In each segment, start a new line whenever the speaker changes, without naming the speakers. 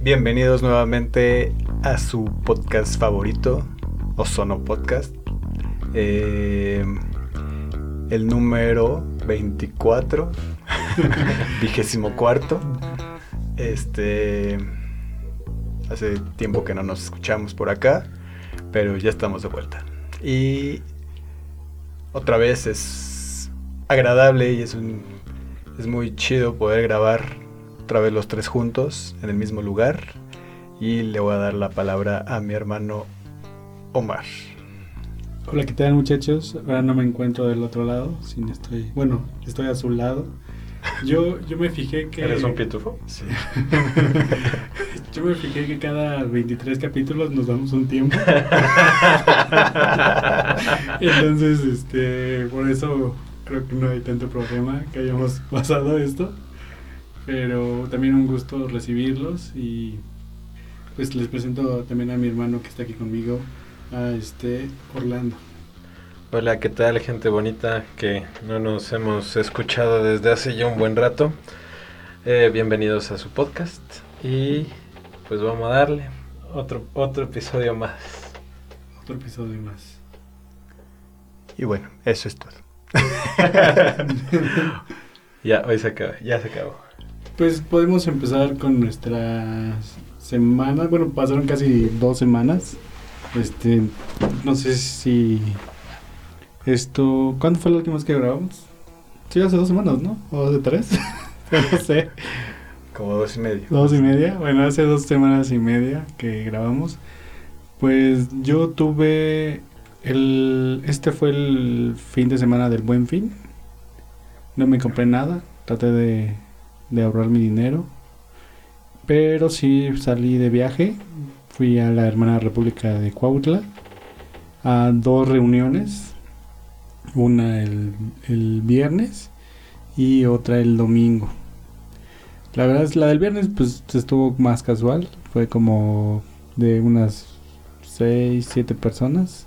Bienvenidos nuevamente a su podcast favorito, Ozono Podcast. Eh, el número 24, vigésimo cuarto. Este. Hace tiempo que no nos escuchamos por acá, pero ya estamos de vuelta. Y otra vez es agradable y es un es muy chido poder grabar otra vez los tres juntos en el mismo lugar. Y le voy a dar la palabra a mi hermano Omar.
Hola, ¿qué tal muchachos? Ahora no me encuentro del otro lado, sino estoy, bueno, estoy a su lado. Yo, yo me fijé que...
¿Eres un pitufo? Sí.
yo me fijé que cada 23 capítulos nos damos un tiempo. Entonces, este, por eso creo que no hay tanto problema que hayamos pasado esto. Pero también un gusto recibirlos y pues les presento también a mi hermano que está aquí conmigo, a este Orlando.
Hola, ¿qué tal gente bonita que no nos hemos escuchado desde hace ya un buen rato? Eh, bienvenidos a su podcast y pues vamos a darle otro, otro episodio más.
Otro episodio más.
Y bueno, eso es todo.
ya, hoy se acabó, ya se acabó.
Pues podemos empezar con nuestra semana. Bueno, pasaron casi dos semanas. Este, no sé si esto. ¿Cuándo fue la última vez que grabamos? Sí, hace dos semanas, ¿no? ¿O hace tres? no sé.
Como dos y media.
Dos y media. Bueno, hace dos semanas y media que grabamos. Pues yo tuve el, este fue el fin de semana del buen fin. No me compré nada. Traté de, de, ahorrar mi dinero. Pero sí salí de viaje. Fui a la hermana República de Cuautla. A dos reuniones. Una el, el viernes y otra el domingo. La verdad es la del viernes pues estuvo más casual. Fue como de unas 6, 7 personas.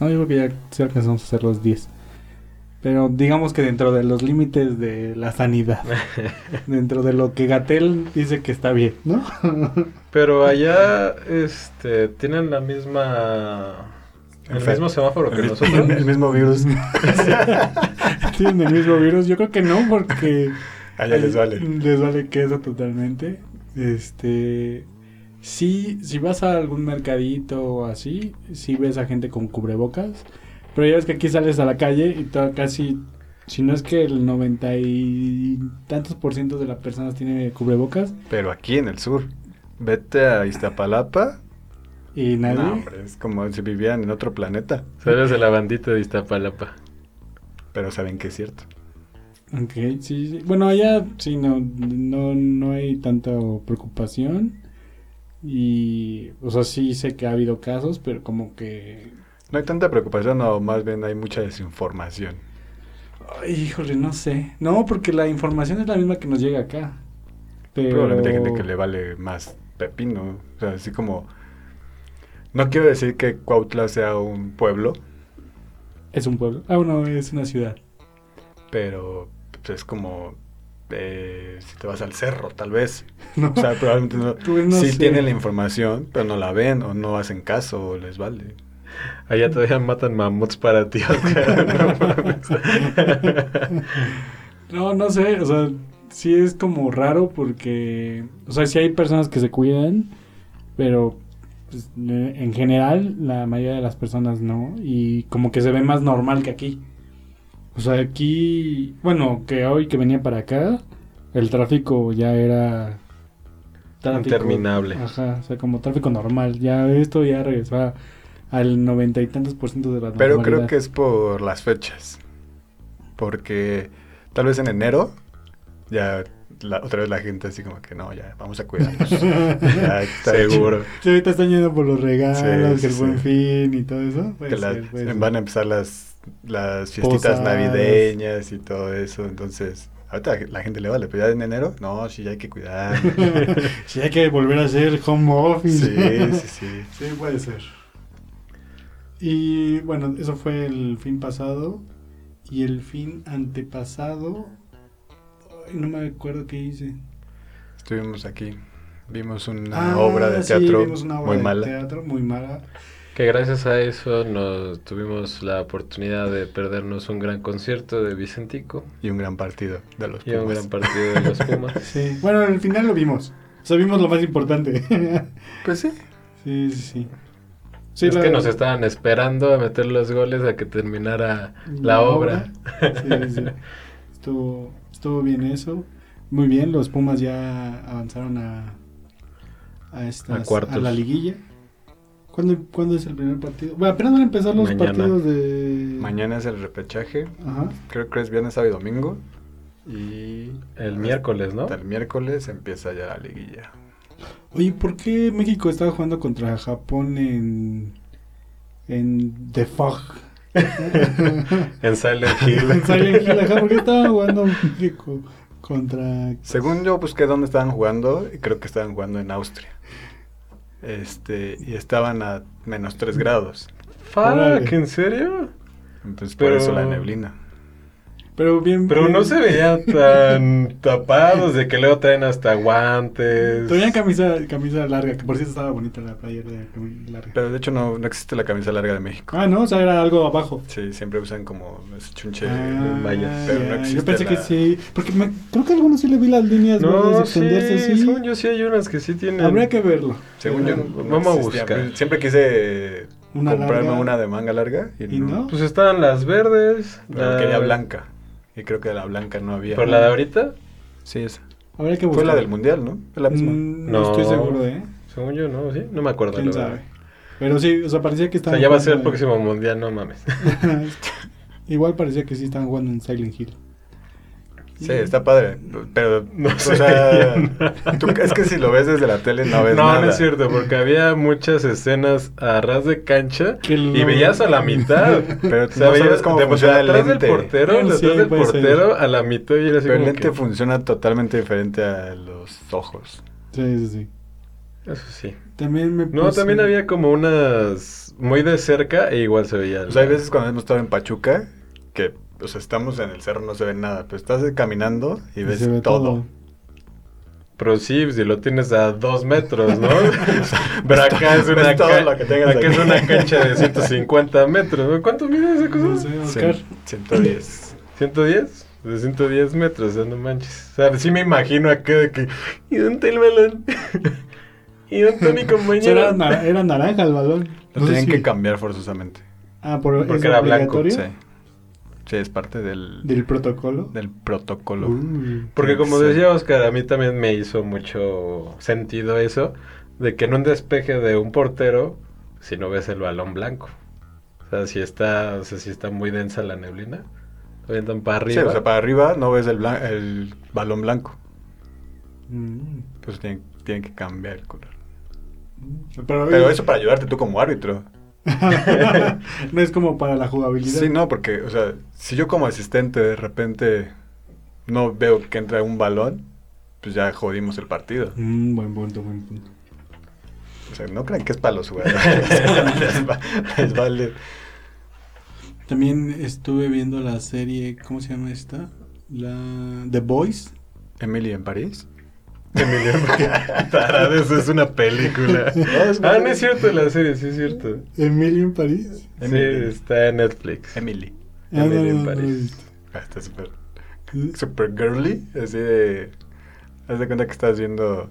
No, yo creo que ya sí alcanzamos a hacer los 10. Pero digamos que dentro de los límites de la sanidad. dentro de lo que Gatel dice que está bien, ¿no?
Pero allá este, tienen la misma. El Enfer mismo semáforo que
el,
nosotros.
El mismo virus.
tienen el mismo virus. Yo creo que no, porque.
Allá Ah, les vale.
Les vale queso totalmente. Este. Sí, si vas a algún mercadito o así, sí ves a gente con cubrebocas. Pero ya ves que aquí sales a la calle y todo casi, si no es que el noventa y tantos por ciento de las personas tiene cubrebocas.
Pero aquí en el sur, vete a Iztapalapa.
Y nadie.
No, hombre, es como si vivieran en otro planeta.
Sales de la bandita de Iztapalapa.
Pero saben que es cierto.
Ok, sí, sí. Bueno, allá sí, no, no, no hay tanta preocupación. Y, o sea, sí sé que ha habido casos, pero como que...
No hay tanta preocupación, o más bien hay mucha desinformación.
Ay, híjole, no sé. No, porque la información es la misma que nos llega acá.
Pero... Probablemente hay gente que le vale más pepino. O sea, así como... No quiero decir que Cuautla sea un pueblo.
Es un pueblo. Ah, bueno, es una ciudad.
Pero pues, es como eh, si te vas al cerro, tal vez. No, o sea, probablemente no.
Pues
no sí sé. tienen la información, pero no la ven o no hacen caso o les vale.
Allá todavía matan mamuts para ti.
no, no sé, o sea, sí es como raro porque, o sea, sí hay personas que se cuidan, pero pues, en general la mayoría de las personas no y como que se ve más normal que aquí. O sea, aquí, bueno, que hoy que venía para acá, el tráfico ya era
tráfico, interminable.
Ajá, o sea, como tráfico normal. Ya esto ya regresó al noventa y tantos por ciento de la
Pero normalidad. creo que es por las fechas. Porque tal vez en enero ya la, otra vez la gente así como que no, ya vamos a cuidarnos. ya,
está seguro.
Sí, ahorita están yendo por los regalos, sí, que el sí. buen fin y todo eso. Pues,
Puede
eh,
que ser, la, puede van ser. a empezar las, las fiestitas Posadas. navideñas y todo eso. Entonces, ahorita la, la gente le vale, pero ya en enero, no, sí, ya hay que cuidar.
sí, hay que volver a hacer home office.
Sí, sí, sí.
Sí, puede ser. Y bueno, eso fue el fin pasado. Y el fin antepasado no me acuerdo qué hice.
Estuvimos aquí Vimos una obra
Ah,
de teatro muy mala.
teatro muy mala.
Que gracias a eso nos tuvimos la oportunidad de perdernos un gran concierto de Vicentico
Y un gran partido de los
y un
Pumas.
gran partido de los Pumas.
Sí. Bueno, al final lo vimos. O sea, vimos lo más importante.
Pues sí.
sí, sí, sí. Sí,
Es
la-
que nos estaban esperando a meter los goles a que terminara la obra.
Sí, sí. Estuvo, estuvo bien eso. Muy bien, los Pumas ya avanzaron a a, estas-
A cuartos.
a la liguilla. ¿Cuándo, cuándo es el primer partido? Bueno, apenas van a empezar los
Mañana.
partidos de...
Mañana es el repechaje.
Ajá.
Creo que es viernes, sábado y domingo. Y
El miércoles, ¿no?
hasta el miércoles empieza ya la liguilla.
Oye, ¿por qué México estaba jugando contra Japón en... en The Fog?
En Silent
en
Hill.
Silent Hill, ajá, ¿por qué estaba jugando México contra...
Según yo busqué dónde estaban jugando, y creo que estaban jugando en Austria. Este, y estaban a menos 3 grados.
Fuck, ¿en serio?
Entonces por
Pero-
eso la neblina.
Pero bien...
Pero no
bien.
se veían tan tapados de que luego traen hasta guantes.
Tenía camisa, camisa larga, que por cierto estaba bonita la playera de camisa larga.
Pero de hecho no, no existe la camisa larga de México.
ah, no, o sea, era algo abajo.
Sí, siempre usan como ese chunche.
Ah,
vaya,
pero no
ya,
existe
yo pensé
la-
que sí, porque me- creo que a algunos sí le vi las líneas verdes
No,
extenderse,
sí,
sí.
según yo sí hay unas que sí tienen.
Habría que verlo.
Según yo,
Pero
no
vamos a
existía.
buscar.
Siempre quise
Una
comprarme
larga.
una de manga larga y,
¿Y
no.
no?
Pues estaban las verdes.
Pero quería blanca. Y creo que la blanca no había.
¿Pero la de ahorita?
Sí, esa.
Habría que
Fue
buscar.
la del mundial, ¿no? Es la misma.
Mm, no estoy
No.
seguro, ¿eh?
Según yo, no, sí. No me acuerdo.
¿Quién
la verdad.
sabe? Pero sí, o sea, parecía que
O
estaban
sea, ya va a ser el
jugando-
próximo mundial, no mames.
Igual parecía que sí estaban jugando en Silent Hill.
Sí, está padre. Pero,
No
o
se
sea,
veía nada.
tú- es que si lo ves desde la tele no ves
no,
nada.
no es cierto, porque había muchas escenas a ras de cancha
Que
y
lo-
veías a la mitad.
Pero
O
no
sea,
sabes
veías
cómo
de-
funciona el
detrás
lente.
del portero,
Sí,
detrás del
puede ser.
portero, a la mitad y era así
Pero el
como
lente
que-
funciona totalmente diferente a los ojos.
Sí, sí, sí.
Eso sí.
También me
No,
puse-
también había como unas muy de cerca e igual se veía.
O sea, hay
la-
veces cuando hemos estado en Pachuca que, o sea, estamos en el cerro, no se ve nada. Pero estás caminando y ves
se ve
todo.
Pero sí, pues, si lo tienes a dos metros, ¿no? Pero acá es
Pues Ves
una,
todo
ca-
lo que tengas
acá
aquí.
es una cancha de 150 metros. ¿no? ¿Cuánto mide esa cosa?
No sé, Oscar.
Cien- 110.
110, de 110 metros, o sea, no manches. O sea, sí me imagino acá de que. ¿Y dónde está el balón? ¿Y dónde está mi
Era,
compañero?
na- era naranja el balón.
Lo
No sé
tenían
si-
que cambiar forzosamente.
Ah, por,
Porque
¿es
era blanco,
Sí.
obligatorio?
Sí, es parte del,
Del protocolo.
del protocolo.
Uh.
Porque como
Sí.
decía Oscar, a mí también me hizo mucho sentido eso, de que en un despeje de un portero, si no ves el balón blanco. O sea, si está, o sea, si está muy densa la neblina, avientan para
Sí,
arriba. Ah,
o sea, para arriba no ves el, blan- el balón blanco.
Mm.
Pues tienen, tienen que cambiar el color.
Pero,
Pero eso para ayudarte tú como árbitro.
no es como para la jugabilidad.
Sí, no, porque, o sea, si yo como asistente de repente no veo que entra un balón, pues ya jodimos el partido.
Mm, buen punto, buen punto.
O sea, no crean que es para los jugadores. les, va- les vale.
También estuve viendo la serie, ¿cómo se llama esta? La The Boys.
Emily en París.
Emiliano, tarado, eso es una película.
es
ah,
una-
no es cierto la serie, sí es cierto.
Emilio en París.
Sí,
Emily.
está en Netflix.
Emily.
Ah,
Emilio en
no, no, no,
París.
Ah, Está súper
no.
super girly. Así de. Haz de cuenta que estás viendo.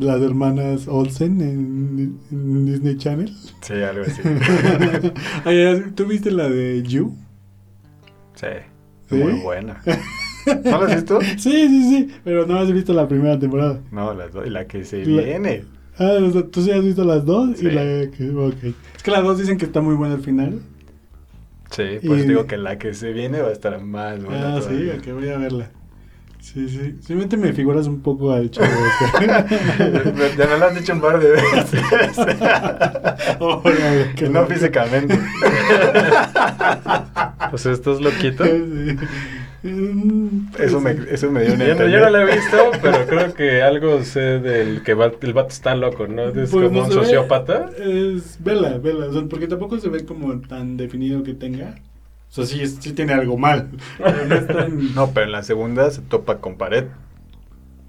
Las hermanas Olsen en, en Disney Channel.
Sí, algo así.
Oye, ¿tú viste la de You?
sí.
¿Sí?
Muy buena. ¿No la has visto?
Sí, sí, sí, pero no has visto la primera temporada.
No, las dos. Y la que se
La-
viene.
Ah, o sea, tú sí has visto las dos
Sí.
y la que... ok. Es que las dos dicen que está muy buena al final.
Sí, pues
Y-
digo que la que se viene va a estar más buena.
ah, sí,
todavía.
ok, voy a verla. Sí, sí. Simplemente me figuras un poco al chavo. este. Oscar.
ya me lo han dicho un par de veces.
Órale, qué
no
loco.
físicamente.
O sea, ¿estás loquito?
Sí. Mm,
Eso me,
pues,
eso me dio
Yo
un
no, yo no la he visto, pero creo que algo sé del que va- el vato está loco, ¿no? Es
pues
como
no
un
se ve.
sociópata.
Es vela, vela. O sea, porque tampoco se ve como tan definido que tenga. O sea, sí, es- sí tiene algo mal. Pero no es tan-
No, pero en la segunda se topa con pared.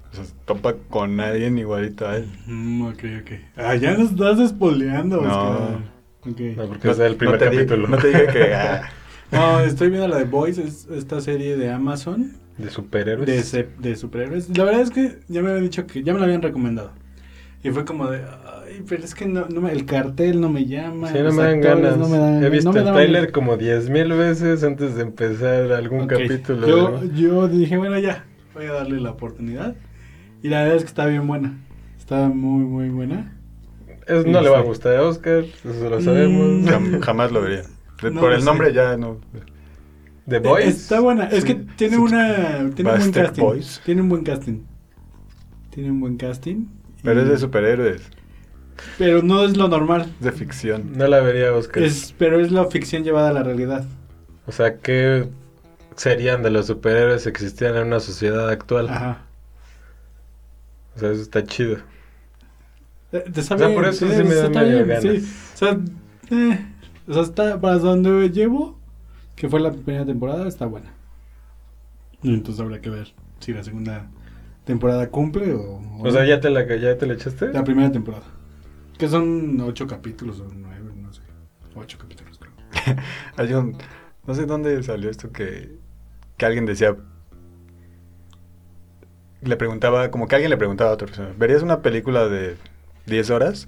O o sea, se topa con alguien igualito a él.
Mm, ok, ok. Ah, ya nos estás despoleando.
No.
Oscar.
No,
Ok.
porque es del primer
te diga-
capítulo.
no te diga que. ah,
No, estoy viendo la de Boys, es esta serie de Amazon.
De superhéroes.
de, se- de superhéroes. La verdad es que ya me habían dicho que ya me lo habían recomendado. Y fue como de, ay, pero es que no, no me- el cartel no me llama.
Sí, no
los
me dan
actores
ganas.
no me dan-
He visto
no me
el
daban-
trailer como 10.000 veces antes de empezar algún
Ok,
capítulo.
Yo,
¿no?
yo dije, bueno, ya, voy a darle la oportunidad. Y la verdad es que está bien buena. Está muy, muy buena.
Es- no
Sí,
le va a
sí.
gustar a Oscar, eso lo
Mm.
sabemos.
jam- jamás lo vería. De-
No
Por
lo
el
sé.
nombre ya no.
The Boys.
Está buena. Es que
Sí,
tiene
sí.
una. Tiene un buen
Bastet
casting.
Boys.
Tiene un buen casting. Tiene un buen casting.
Pero
Y-
es de superhéroes,
Pero no es lo normal.
es de ficción.
No la vería Oscar.
Es, pero es la ficción llevada a la realidad.
O sea, ¿qué serían de los superhéroes si existieran en una sociedad actual?
Ajá.
O sea, eso está chido.
Eh, Te
O sea, por eso sí me da medio ganas.
O sea, eh, o sea, está para donde llevo, que fue la primera temporada, está buena. Y Entonces habrá que ver si la segunda temporada cumple o...
O sea, ¿ya te la, ya te la echaste?
La primera temporada. Que son ocho capítulos o nueve, no sé. Ocho capítulos creo.
Hay un- no sé dónde salió esto que, que alguien decía. Le preguntaba, como que alguien le preguntaba a otra persona: ¿Verías una película de 10 horas?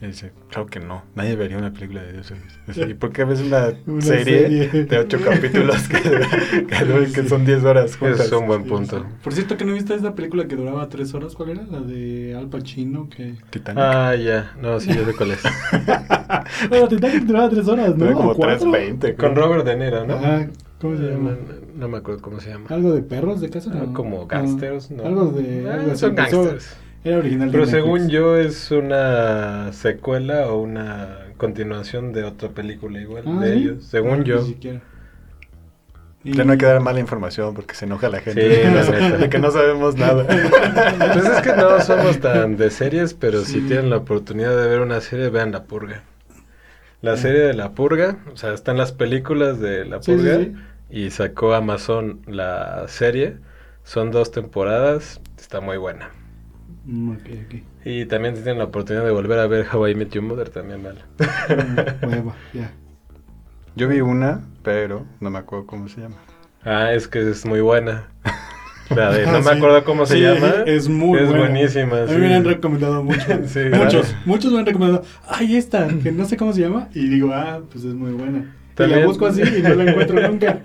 Y dice: Claro que no, nadie vería una película de 10 horas. Dice, ¿Y por qué ves una,
Una
serie,
serie.
de 8 capítulos que, que- que
Sí.
son 10 horas juntas?
es un buen punto.
Por cierto, que no viste esa película que duraba tres horas. ¿Cuál era? La de Al Pacino que...
Titanic.
Ah, ya. No, sí, yo sé cuál es.
Bueno, Titanic duraba tres horas, ¿no?
Dura como
¿O cuatro?
3.20.
Con Robert De Niro, ¿no?
Ajá. ¿Cómo se
Eh,
llama?
No, no- no me acuerdo cómo se llama.
¿Algo de perros de casa?
Ah,
No.
Como
No.
gangsters, ¿no?
Algo de.
Ah,
algo así.
son
Empezó-
gangsters.
Era original. de
Pero
Netflix.
según yo es una secuela o una continuación de otra película igual
Ah,
de
¿sí?
ellos. Según
No,
yo.
Ni siquiera.
Ya no hay que dar mala información porque se enoja la gente
Sí,
de, que
la
no,
neta.
de que no sabemos nada.
Pues es que no somos tan de series, pero si tienen la oportunidad de ver una serie, vean La Purga. La serie de La Purga, o sea, están las películas de La
Sí, sí,
Purga
sí.
y sacó Amazon la serie. Son dos temporadas, está muy buena.
Mm, ok, ok.
Y también si tienen la oportunidad de volver a ver How I Met Your Mother, también veanla.
Mm, Hueva, ya.
Yo vi una, pero no me acuerdo cómo se llama.
Ah, es que es muy buena. La de, no me
Ah, Sí.
acuerdo cómo se
Sí,
llama.
Es muy
Es
buena.
buenísima.
A mí
sí.
me la han recomendado mucho.
Sí,
muchos,
¿verdad?
muchos me han recomendado. Ay, esta, que no sé cómo se llama. Y digo, ah, pues es muy buena. Y
También-
la busco así y no la encuentro nunca.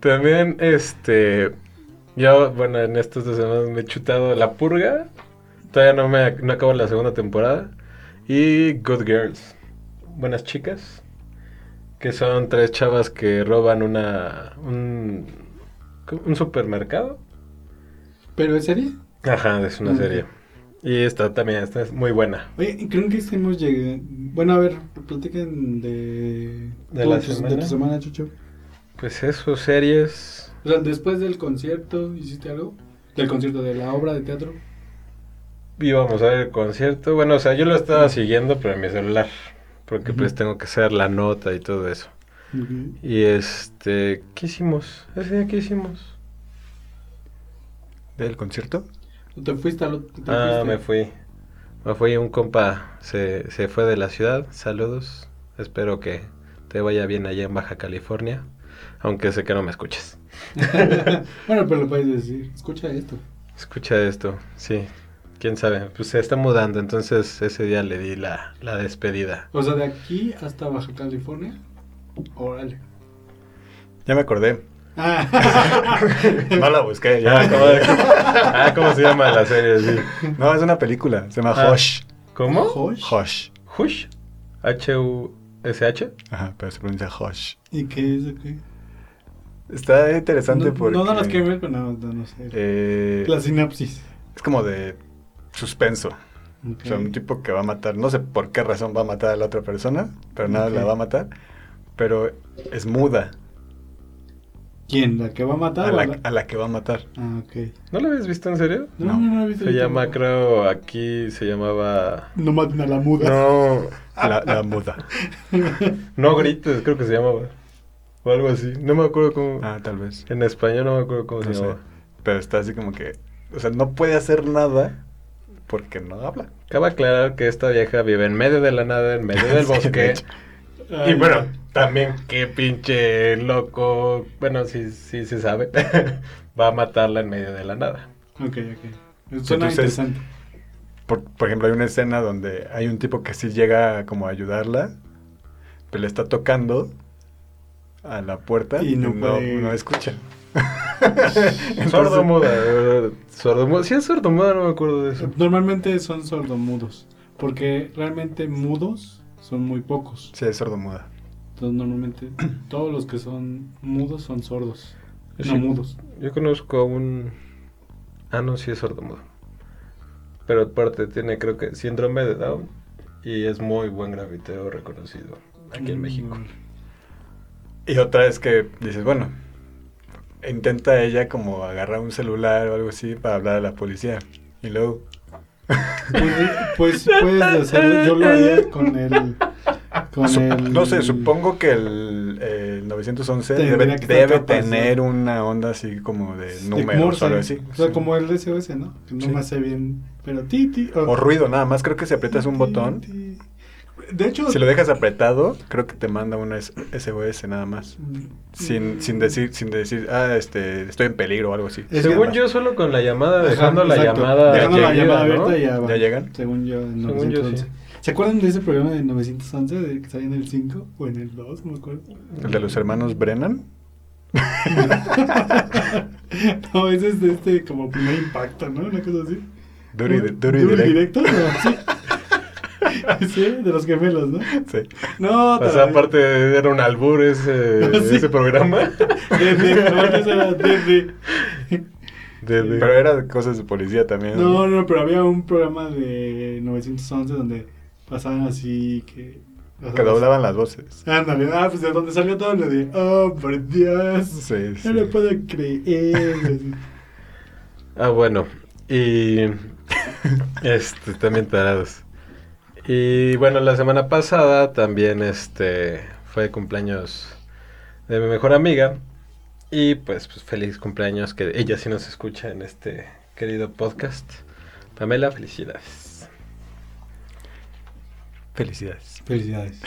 También, este. Yo, bueno, en estas dos semanas me he chutado La Purga. Todavía no me no acabo la segunda temporada. Y Good Girls. Buenas chicas. Que son tres chavas que roban una. un, un supermercado.
Pero es serie.
Ajá, es una
Ok.
serie. Y esta también, esta es muy buena.
Oye, ¿y ¿creen que hemos llegado? Bueno, a ver, platiquen de,
¿De
tú,
la
tu-
semana?
tu semana, Chucho.
Pues eso, series.
O sea, después del concierto, ¿hiciste algo? Del concierto, de la obra de teatro.
íbamos a ver el concierto. Bueno, o sea, yo lo estaba siguiendo, pero en mi celular. Porque
Ujú.
pues tengo que hacer la nota y todo eso. Y este, ¿qué hicimos? Ese día, ¿qué hicimos?
¿Del concierto?
¿O te fuiste al otro? te
Ah,
fuiste?
me fui. Me fui, un compa se, se fue de la ciudad. Saludos. Espero que te vaya bien allá en Baja California. Aunque sé que no me escuches.
bueno, pero lo puedes decir. Escucha esto.
Escucha esto, sí. ¿Quién sabe? Pues se está mudando, entonces ese día le di la, la despedida.
O sea, de aquí hasta Baja California. Órale.
Ya me acordé.
Ah.
No la busqué. Ya
Ah,
me
¿cómo,
acordé.
ah, ¿cómo se llama la serie? Sí.
No, es una película. Se llama
Ah.
Hush.
¿Cómo?
Josh.
Hush.
Hush. H-U-S-H.
Ajá, pero se pronuncia Hush.
¿Y qué es? o qué?
Está interesante
No,
porque...
no, no las quemes, pero no, no, no sé.
eh,
la sinapsis.
Es como de suspenso.
Ok.
O sea, un tipo que va a matar, no sé por qué razón va a matar a la otra persona, pero nada,
Ok.
la va a matar. Pero es muda
¿Quién? ¿La que va a matar?
a
o
la,
la-
a la que va a matar.
Ah, ok.
¿No lo habías visto en serio?
No,
No.
no, no, he visto
Se
el
llama,
tema.
creo, aquí se llamaba...
No maten a la muda.
No,
Ah.
La, la muda.
no grites, creo que se llamaba. O algo así. No me acuerdo cómo...
Ah, tal vez.
En español no me acuerdo cómo se
No sé.
llamaba.
Pero está así como que O sea, no puede hacer nada porque no habla.
Cabe aclarar que esta vieja vive en medio de la nada, en medio
Sí,
del
de
bosque.
hecho.
y bueno, también qué pinche loco. Bueno, sí, sí se sabe. Va a matarla en medio de la nada.
Ok, ok. Suena
Entonces,
interesante.
Por, por ejemplo, hay una escena donde hay un tipo que sí llega como a ayudarla, pero le está tocando a la puerta
Y
y
no
no,
puede-
no escucha.
sordo
Entonces-
muda. Sordo muda. Sí, es sordo muda, no me acuerdo de eso.
Normalmente son sordomudos, porque realmente mudos son muy pocos.
Sí, es sordomuda.
Entonces normalmente todos los que son mudos son sordos,
Sí.
no mudos.
Yo conozco a un. Ah, no, sí es sordomudo. Pero aparte tiene, creo que, síndrome de Down. Y es muy buen grafitero reconocido aquí en
Mm,
México.
vale.
Y otra es que dices, bueno, intenta ella como agarrar un celular o algo así para hablar a la policía. Y luego,
Pues, pues puedes hacerlo, yo lo haría con el... Con
Sup-
el
no sé, supongo que el, eh, el 911
Tendría
debe,
que estar
debe
capaz, ¿no?
tener una onda así como de
de
números
Morse,
o algo así.
O sea,
Sí.
como el SOS, ¿no? Que no
Sí.
me hace bien, pero ti, ti,
O ruido, nada más creo que si aprietas
ti,
un botón,
ti. De hecho...
si lo dejas apretado, creo que te manda una S- SOS nada más. Sin,
Mm.
sin decir, sin decir, ah, este, estoy en peligro o algo así.
Es
Según
Ya-
yo, solo con la llamada,
Ajá,
dejando la
exacto.
llamada.
Dejando la
lleguida,
llamada
¿no?
abierta y ya, va.
¿Ya llegan?
Según yo, en
Según yo,
911.
sí.
¿Se acuerdan de ese programa de 911 de que salía en el 5 o en el 2? No me acuerdo.
El de los hermanos Brennan.
no, ese es de este como primer impacto, ¿no? Una cosa así.
Duro y, duro y
Duro y
directo.
directo, no, sí. sí, de los gemelos, ¿no?
Sí.
No,
O sea,
tal-
aparte era un albur ese,
Sí.
ese programa.
Desde, no, ese era desde.
De- de-
Pero era de cosas de policía también.
No, no, pero había un programa de 911 donde pasaban así que.
Que doblaban las voces.
Ándale, ah, pues de donde salió todo lo de, oh, por Dios,
Sí, sí.
no lo puedo creer.
Ah, bueno. Y. este, también tarados. Y bueno, la semana pasada también este fue cumpleaños de mi mejor amiga. Y pues, pues, feliz cumpleaños, que ella sí nos escucha en este querido podcast. Pamela, felicidades.
Felicidades.
Felicidades.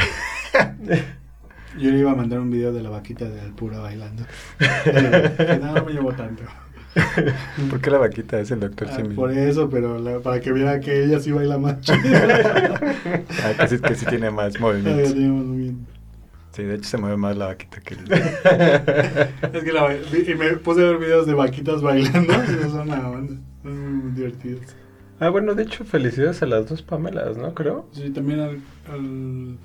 Yo le iba a mandar un video de la vaquita de Alpura bailando. Que no, no me llevó tanto.
¿Por qué la vaquita es el doctor
Ah,
Simi?
por eso, pero la- para que viera que ella sí baila más chido.
Ah, que sí, que sí tiene más
Todavía
movimiento.
teníamos muy bien.
Sí, de hecho se mueve más la vaquita que el...
Es que la, ba- y me puse a ver videos de vaquitas bailando. y son una onda. Son muy divertidos.
ah, bueno, de hecho, felicidades a las dos Pamelas, ¿no? Creo.
Sí, también al, al-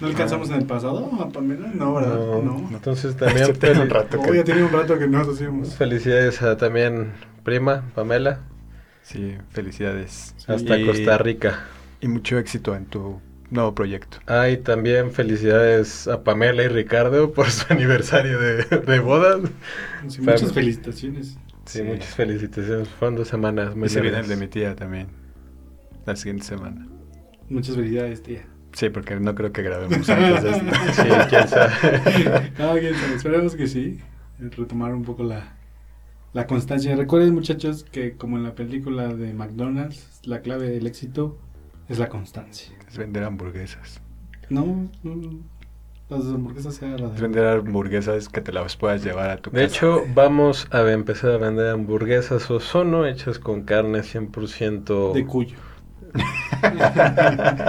¿No alcanzamos en el pasado a Pamela? No, ¿verdad? No.
No, Entonces
Ya
también
tiene un
fel-
rato
Oh,
que-
ya tiene un rato que no nos hacíamos.
felicidades a también prima, Pamela,
Sí, felicidades.
hasta
Y-
Costa Rica.
Y mucho éxito en tu nuevo proyecto.
Ah, y también felicidades a Pamela y Ricardo por su aniversario de, de bodas.
Sí, muchas
Fam-
felicitaciones.
Sí,
Sí.
muchas felicitaciones. Fueron dos semanas muy
y se viene el
largas.
de mi tía también. La siguiente semana.
Muchas felicidades, tía.
Sí, porque no creo que grabemos antes de esto.
Sí, quién sabe.
no, quién sabe. Esperemos que sí. eh, Retomar un poco la, la constancia. Recuerden, muchachos, que como en la película de McDonald's, la clave del éxito es la constancia.
Es vender hamburguesas.
No, no. Las hamburguesas sea la
Es
de.
vender hamburguesas que te las puedas llevar a tu
De
casa.
hecho, vamos a empezar a vender hamburguesas Ozono hechas con carne 100%
De cuyo.
De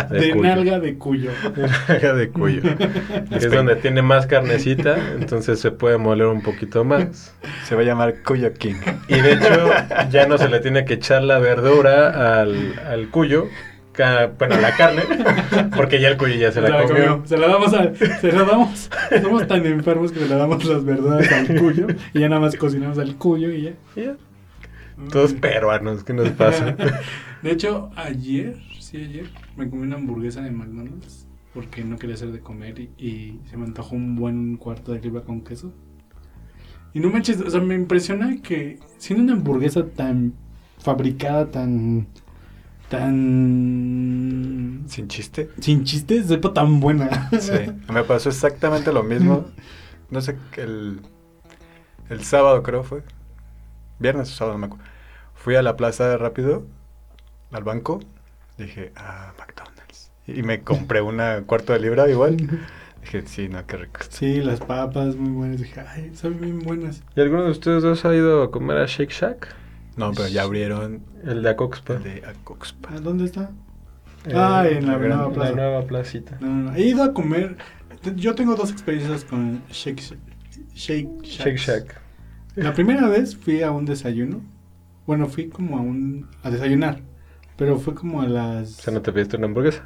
De,
cuyo.
nalga de cuyo.
de cuello. Que es donde tiene más carnecita, entonces se puede moler un poquito más.
Se va a llamar Cuyo King.
Y de hecho, ya no se le tiene que echar la verdura al, al cuyo. ca- Bueno, la carne, porque ya el cuyo ya se la, comió.
Se la damos a, se la damos. Somos tan enfermos que le damos las verdades al cuyo y ya nada más cocinamos al cuyo y ya.
Y ya, Todos peruanos, ¿qué nos pasa?
De hecho, ayer, sí, ayer, me comí una hamburguesa de McDonald's porque no quería hacer de comer y, y se me antojó un buen cuarto de libra con queso. Y no manches, o sea, me impresiona que siendo una hamburguesa tan fabricada, tan. tan.
Sin chiste.
sin chistes, sepa tan buena.
Sí. Me pasó exactamente lo mismo. No sé, el, el sábado creo fue. Viernes o sábado, no me acuerdo. Fui a la plaza rápido, al banco, dije, ah, McDonald's. Y me compré una cuarto de libra igual. Dije, sí, no, qué rico. está".
Sí, las papas muy buenas. Dije, ay, son bien buenas.
¿Y alguno de ustedes dos ha ido a comer a Shake Shack?
No, pero ya abrieron
El de Acoxpa.
el de Acoxpa.
¿A ¿Dónde está? Ah, en la nueva
Eh, gran-
plaza.
nueva placita.
No, no, no. He ido a comer. te- Yo tengo dos experiencias con Shake Shack. Shake,
Shake
Shacks.
Shack.
La primera vez fui a un desayuno. Bueno, fui como a un. a desayunar. Pero fue como a
O
las.
sea, no te pediste una hamburguesa.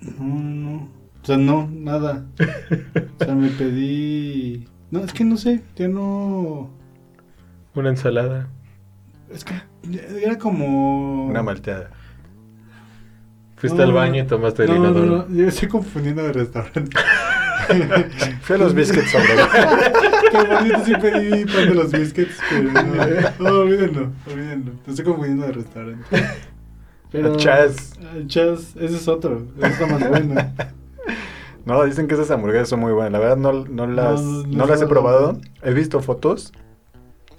No, no. O sea, no, nada. O sea, me pedí. No, es que no sé. Ya no.
una ensalada.
Es que era como.
Una malteada.
Fuiste
No,
al
no,
baño y tomaste el
no,
inodoro.
no, no, yo estoy confundiendo de restaurante.
Fui a los biscuits sobre.
Qué bonito, sí pedí pan de los biscuits, pero no, no, olvídenlo, olvídenlo. Te estoy confundiendo de restaurante. Pero,
Chas.
Ah, Chas, ese es otro, ese está más bueno.
No, dicen que esas hamburguesas son muy buenas. La verdad no, no las,
No,
no,
no
las he
son-
probado. He visto fotos.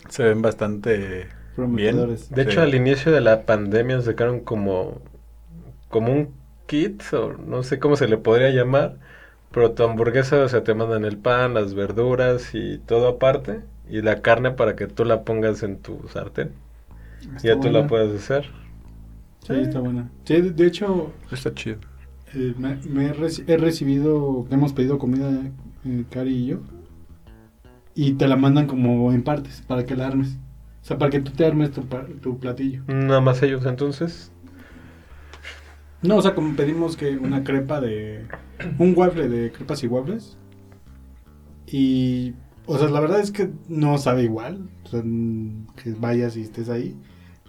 Se ven bastante...
Prometedores.
De hecho,
Sí.
al inicio de la pandemia sacaron como, como un kit, o no sé cómo se le podría llamar, pero tu hamburguesa, o sea, te mandan el pan, las verduras y todo aparte, y la carne para que tú la pongas en tu sartén.
Está
Y ya tú
buena.
la puedes hacer.
Sí, está buena. Sí, de, de hecho,
Está chido.
eh, me, me he, reci- he recibido, hemos pedido comida, eh, Cari y yo, y te la mandan como en partes para que la armes. O sea, para que tú te armes tu, pa- tu platillo.
Nada más ellos entonces.
No, o sea, como pedimos que una crepa de. Un waffle de crepas y waffles. Y. O sea, la verdad es que no sabe igual. O sea, mm, que vayas y estés ahí.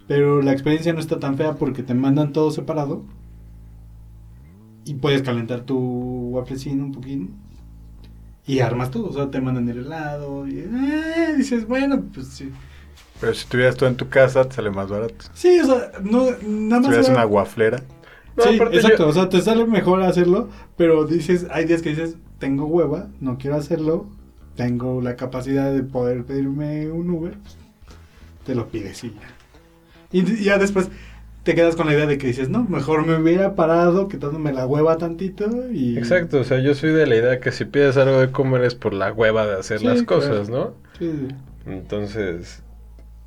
Pero la experiencia no está tan fea porque te mandan todo separado. Y puedes calentar tu wafflecino un poquito. Y armas todo. O sea, te mandan el helado. Y ah, dices, bueno, pues sí.
Pero si tuvieras tú en tu casa, te sale más barato.
Sí, o sea, no, nada
Si
más.
tuvieras
era-
una guaflera.
No,
sí,
aparte
exacto,
yo-
o sea, te sale mejor hacerlo, pero dices, hay días que dices, tengo hueva, no quiero hacerlo, tengo la capacidad de poder pedirme un Uber, te lo pides y ya. Y d- ya después te quedas con la idea de que dices, no, mejor me hubiera parado quitándome la hueva tantito y...
Exacto, o sea, yo soy de la idea que si pides algo de comer es por la hueva de hacer
Sí,
las
claro.
cosas, ¿no?
Sí,
Entonces,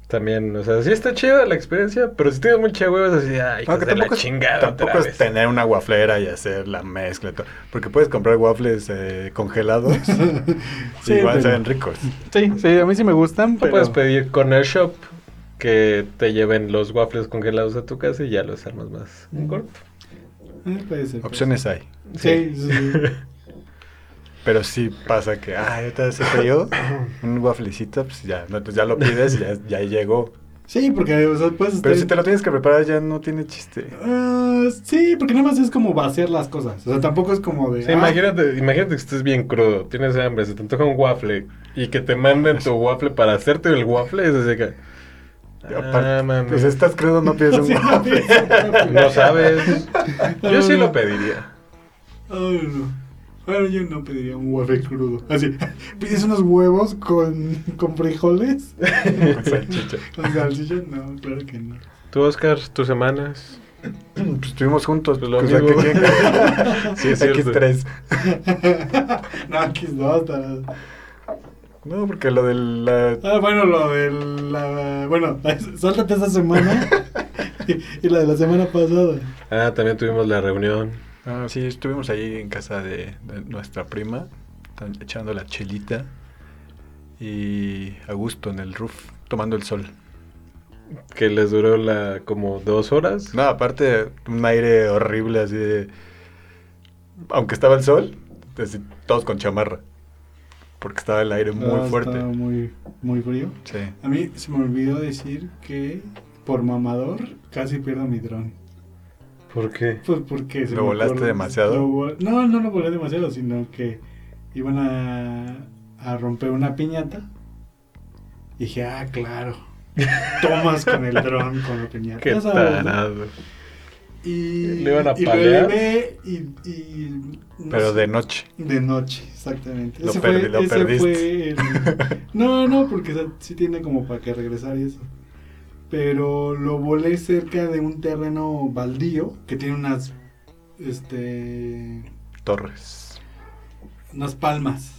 también, o sea, sí está chida la experiencia, pero si tienes mucha hueva es así, ay,
No,
hijos
que
de la
tampoco, es-
chingada
tampoco
otra
es
vez.
tener una guaflera y hacer la mezcla y todo. Porque puedes comprar waffles eh, congelados.
Sí,
igual
pero-
se ven ricos.
sí, sí, a mí sí me gustan,
No puedes pedir corner shop que te lleven los waffles congelados a tu casa y ya los armas más en corto.
Eh, puede ser, puede
Opciones hay.
ser. Sí, sí, sí.
Pero sí pasa que, ay, ahorita hace frío, un wafflecito, pues ya, no, pues ya lo pides y ya, ya llegó.
Sí, porque, o sea, puedes
Pero
estar-
si te lo tienes que preparar ya no tiene chiste.
Ah, sí, porque nada más es como vaciar las cosas. O sea, tampoco es como de.
Sí,
ah,
imagínate, imagínate que estés bien crudo, tienes hambre, se te antoja un waffle y que te manden tu waffle para hacerte el waffle, es así que...
Y
Ah,
Aparte,
mami.
pues estás crudo, no pides un
Sí, no
waffle.
pides un waffle.
No sabes. Yo sí lo pediría.
Ay, no. Bueno, yo no pediría un waffle crudo. Así, pides unos huevos con, con frijoles.
Con salchicha.
Con salchicha, no, claro que no.
Tú, Oscar, tus semanas.
Pues estuvimos juntos.
Pues lo
o sea,
mismo.
que- que-
Sí, es cierto.
X3.
no, aquí no, hasta.
No, porque lo de la...
Ah, bueno, lo de la. Bueno, sáltate esa semana y, y la de la semana pasada.
Ah, también tuvimos la reunión.
Ah, sí, estuvimos ahí en casa de, de nuestra prima, tan- echando la chelita y a gusto en el roof, tomando el sol.
Que les duró la como dos horas.
No, aparte, un aire horrible así de... Aunque estaba el sol, así, todos con chamarra, porque estaba el aire muy
Ah,
fuerte.
estaba Muy, muy frío.
Sí.
A mí se me olvidó decir que por mamador casi pierdo mi dron.
¿Por qué?
Pues porque se
¿Lo
me
volaste
ocurre-
demasiado?
lo vol- no, no lo volé demasiado, sino que iban a, a romper una piñata. Y dije, ah, claro. Tomas con el dron, con la piñata.
Qué
Ya sabes, ¿no?
tarado.
Y
¿Le iban a
y lo
palear?
elevé y, y no
Pero
sé.
de noche.
De noche, exactamente.
Lo perdí- lo perdiste.
fue el- No, no, porque o sea, sí tiene como para que regresar y eso. pero lo volé cerca de un terreno baldío que tiene unas este
Torres.
unas palmas.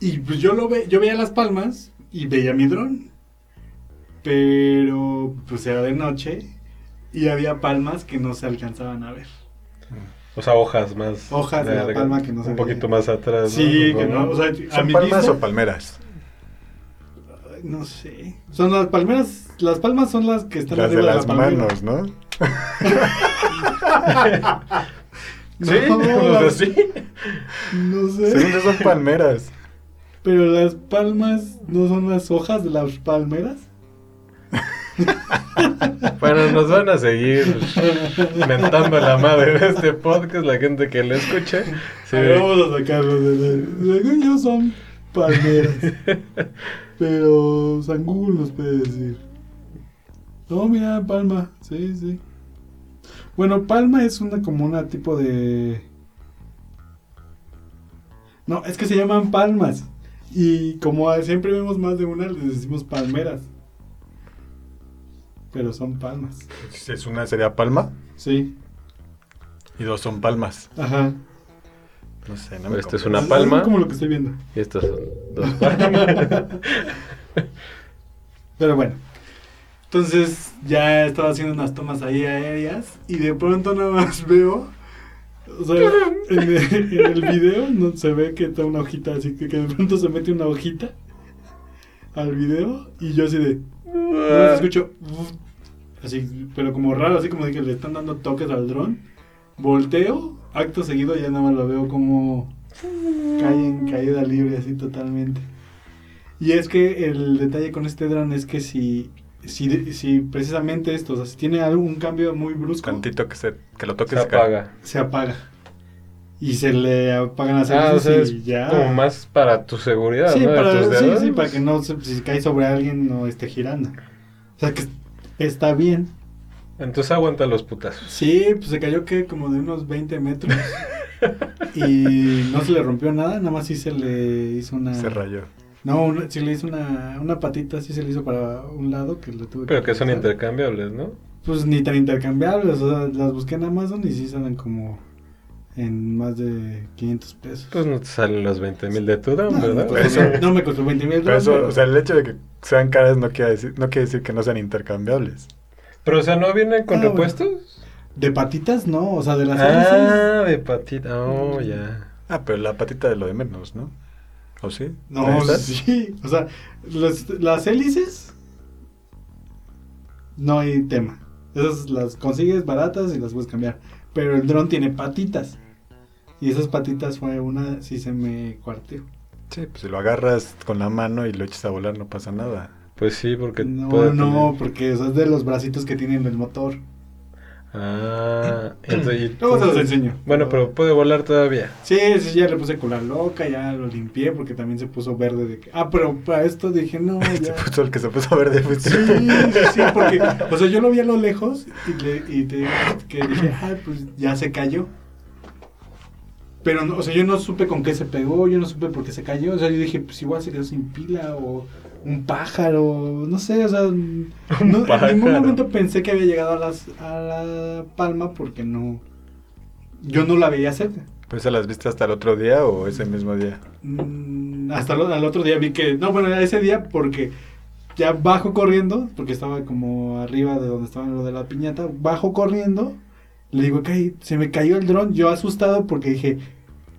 Y pues yo lo ve, yo veía las palmas y veía mi dron. Pero pues era de noche y había palmas que no se alcanzaban a ver.
O sea, hojas más.
Hojas de la
largas,
palma que no se
Un
veía.
poquito más atrás. ¿no?
Sí, que no, o sea, a
¿Son
mi
palmas
vista-
o palmeras?
Ay, no sé. Son las palmeras, las palmas son las que están
Las de
arriba
las
la palmera.
manos, ¿no?
Sí,
No,
o sea,
las-
sí.
no sé.
Según yo son palmeras.
Pero las palmas no son las hojas de las palmeras.
Bueno, nos van a seguir mentando la madre de este podcast, la gente que lo escuche. Sí.
A ver, vamos a sacarlo. de- de- Según yo son palmeras. pero San Google nos puede decir. No, mira, palma. Sí, sí. Bueno, palma es una como una tipo de... No, es que se llaman palmas. Y como siempre vemos más de una, les decimos palmeras. Pero son palmas.
Es una sería palma
Sí.
y dos son palmas.
Ajá.
No sé, no
Pero
me
esto Este es
convence.
una palma.
Es como lo que estoy viendo.
Y estas son dos palmas.
Pero bueno. Entonces ya estaba haciendo unas tomas ahí aéreas y de pronto nada más veo. O sea, en el, en el video no, se ve que está una hojita, así que, que de pronto se mete una hojita al video y yo así de.
Ah.
No escucho. Así, pero como raro, así como de que le están dando toques al dron. Volteo, acto seguido ya nada más lo veo como cae en caída libre, así totalmente. Y es que el detalle con este dron es que si, si, si precisamente esto, o sea, si tiene algún cambio muy brusco,
Tantito que, se, que lo toques
Se apaga.
se apaga. Y se le apagan las
Ah, o
luces
sea,
y
es
ya.
como más para tu seguridad,
Sí,
¿no? De
para,
tus
sí,
dedos.
sí, para que no, se- si cae sobre alguien, no esté girando. O sea, que está bien.
Entonces aguanta los putazos.
Sí, pues se cayó que como de unos 20 metros. y no se le rompió nada, nada más sí se le hizo una...
Se rayó.
No, una- sí le hizo una, una patita, sí se le hizo para un lado que lo tuve
Pero que son
pasar.
intercambiables, ¿no?
Pues ni tan intercambiables, o sea, las busqué en Amazon y sí salen como en más de 500 pesos.
Pues no te salen los 20 mil de tu
no,
dron,
no,
¿verdad?
pues,
Eso-
no me costó 20 mil
Pero
dólares.
eso, o sea, el hecho de que sean caras no quiere decir, no quiere decir que no sean intercambiables.
Pero, o sea, ¿no vienen con
Ah, bueno.
repuestos?
De patitas, no, o sea, de las hélices.
Ah, de patita. Oh, ya.
Ah, pero la patita de lo de menos, ¿no? ¿O sí?
No,
¿Ahí está?
sí, o sea, los- las hélices no hay tema. Esas las consigues baratas y las puedes cambiar. Pero el dron tiene patitas. Y esas patitas fue una, sí se me cuarteó.
Sí, pues si lo agarras con la mano y lo echas a volar no pasa nada.
Pues sí, porque.
No,
puede
no,
tener-
porque eso es de los bracitos que tienen el motor.
Ah, entonces. y-
Luego se los enseño.
Bueno, pero puede volar todavía.
Sí, sí, ya le puse cola loca, ya lo limpié porque también se puso verde de que... Ah, pero para esto dije, no,
Se
ya...
puso el que se puso verde.
Sí, sí, porque, o sea, yo lo vi a lo lejos y, le- y te digo que dije, ah, pues ya se cayó. Pero, no, o sea, yo no supe con qué se pegó, yo no supe por qué se cayó. O sea, yo dije, pues igual se quedó sin pila o un pájaro, no sé, o sea, no, en ningún
pájaro.
momento pensé que había llegado a, las, a la palma porque no, yo no la veía cerca.
¿Pues se las viste hasta el otro día o ese mismo día?
Mm, hasta el, al otro día vi que, no, bueno, ese día porque ya bajo corriendo, porque estaba como arriba de donde estaba lo de la piñata, bajo corriendo, le digo, "Cay, se me cayó el dron, yo asustado porque dije,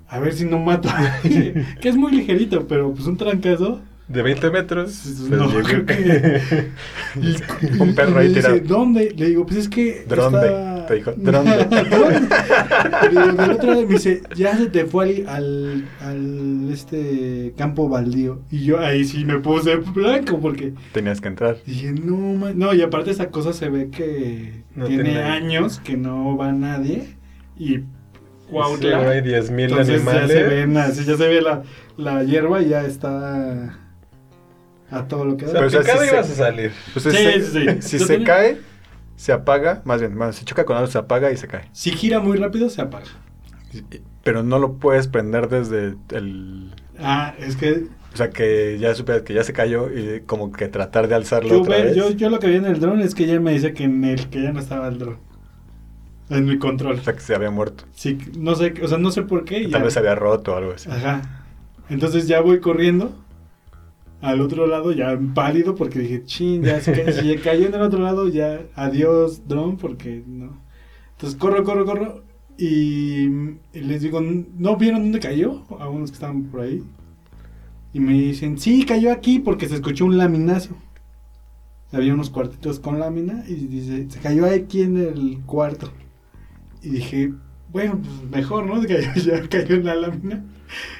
a ver si no mato, que es muy ligerito, pero pues un trancazo.
De 20 metros.
No,
pues,
creo que- Y-
Un
y
perro
me
ahí
dice,
tirado.
¿Dónde? Le digo, pues es que.
¿Dónde?
está-
Te dijo, ¿dónde?
¿Dónde? Le digo, del otro lado me dice, ya se te fue al, al, al, este campo baldío. Y yo ahí sí me puse blanco porque
Tenías que entrar.
dije, no, ma-". no, y aparte esa cosa se ve que
No
tiene,
tiene-
años que no va nadie. Y
sí,
Cuautla.
hay 10 mil
Entonces ya
animales.
se,
¿eh?
ven, así, ya se ve la, la hierba y ya está a todo lo que da.
O sea,
Pero, o sea,
picado
sí
ibas
se-
a salir.
Pues
Sí,
ese-
sí, sí.
Si
Yo
se
tenía-
cae, se apaga. Más bien, bueno, si choca con algo, se apaga y se cae.
Si gira muy rápido, se apaga.
Pero no lo puedes prender desde el...
Ah, es que
O sea, que ya supe que ya se cayó y como que tratar de alzarlo
Yo,
otra
ve-
vez.
yo, yo lo que vi en el dron es que ella me dice que en el que ya no estaba el dron. En mi control.
O sea, que se había muerto.
Sí, no sé, o sea, no sé por qué.
Que
y
Tal
ya-
vez se había roto o algo así.
Ajá. Entonces ya voy corriendo al otro lado, ya pálido, porque dije, chin, ya se ca- si ya cayó en el otro lado, ya adiós, dron, porque no. Entonces corro, corro, corro. Y, y les digo, ¿no vieron dónde cayó? A unos que estaban por ahí. Y me dicen, sí, cayó aquí porque se escuchó un laminazo. Había unos cuartitos con lámina y dice, se cayó aquí en el cuarto. Y dije, bueno, pues mejor, ¿no? Cayó- ya cayó en la lámina.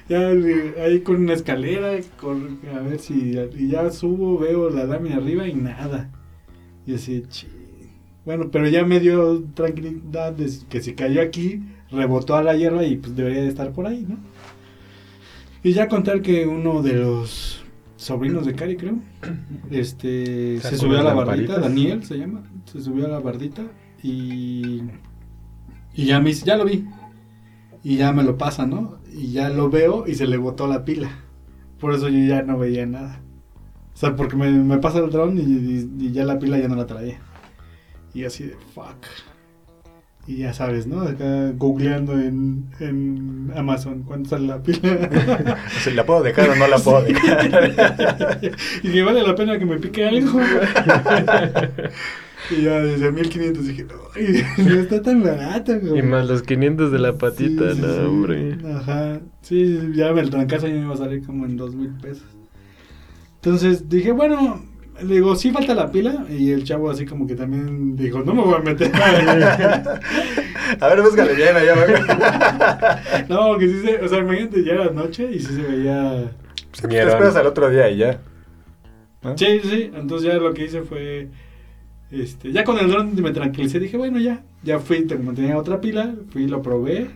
Ya le- ahí con una escalera, con- a ver si y ya subo, veo la lámina arriba y nada. Y así, "Chi". bueno, pero ya me dio tranquilidad de que si cayó aquí, rebotó a la hierba y pues debería de estar por ahí, ¿no? Y ya contar que uno de los sobrinos de Cari, creo, este, se
Sacó
subió a
las
la bardita,
lamparitas.
Daniel se llama, se subió a la bardita y, y ya me dice, ya lo vi, y ya me lo pasa, ¿no? Y ya lo veo y se le botó la pila. Por eso yo ya no veía nada. O sea, porque me, me pasa el dron y, y- y ya la pila ya no la traía. Y así de fuck. Y ya sabes, ¿no? Acá googleando en, en Amazon cuánto sale la pila.
O sea, ¿La puedo dejar o no la puedo dejar?
y dije, vale la pena que me pique algo. y ya desde 1500 dije, no, no está tan barato, güey.
Y más los 500 de la patita,
Sí, sí,
no,
sí.
hombre.
Ajá. Sí, sí, ya el trancazo ya me iba a salir como en dos mil pesos. Entonces dije, bueno, le digo, sí falta la pila. Y el chavo así como que también dijo, no me voy a meter.
a ver, búscale bien allá abajo.
no, que sí se, o sea, imagínate, ya era noche y sí se veía.
Pues, Te
Mierda.
esperas al otro día y ya. ¿no?
Sí, sí, entonces ya lo que hice fue. Este, ya con el dron me tranquilicé, dije, bueno, ya. Ya fui, te- como tenía otra pila, fui, lo probé.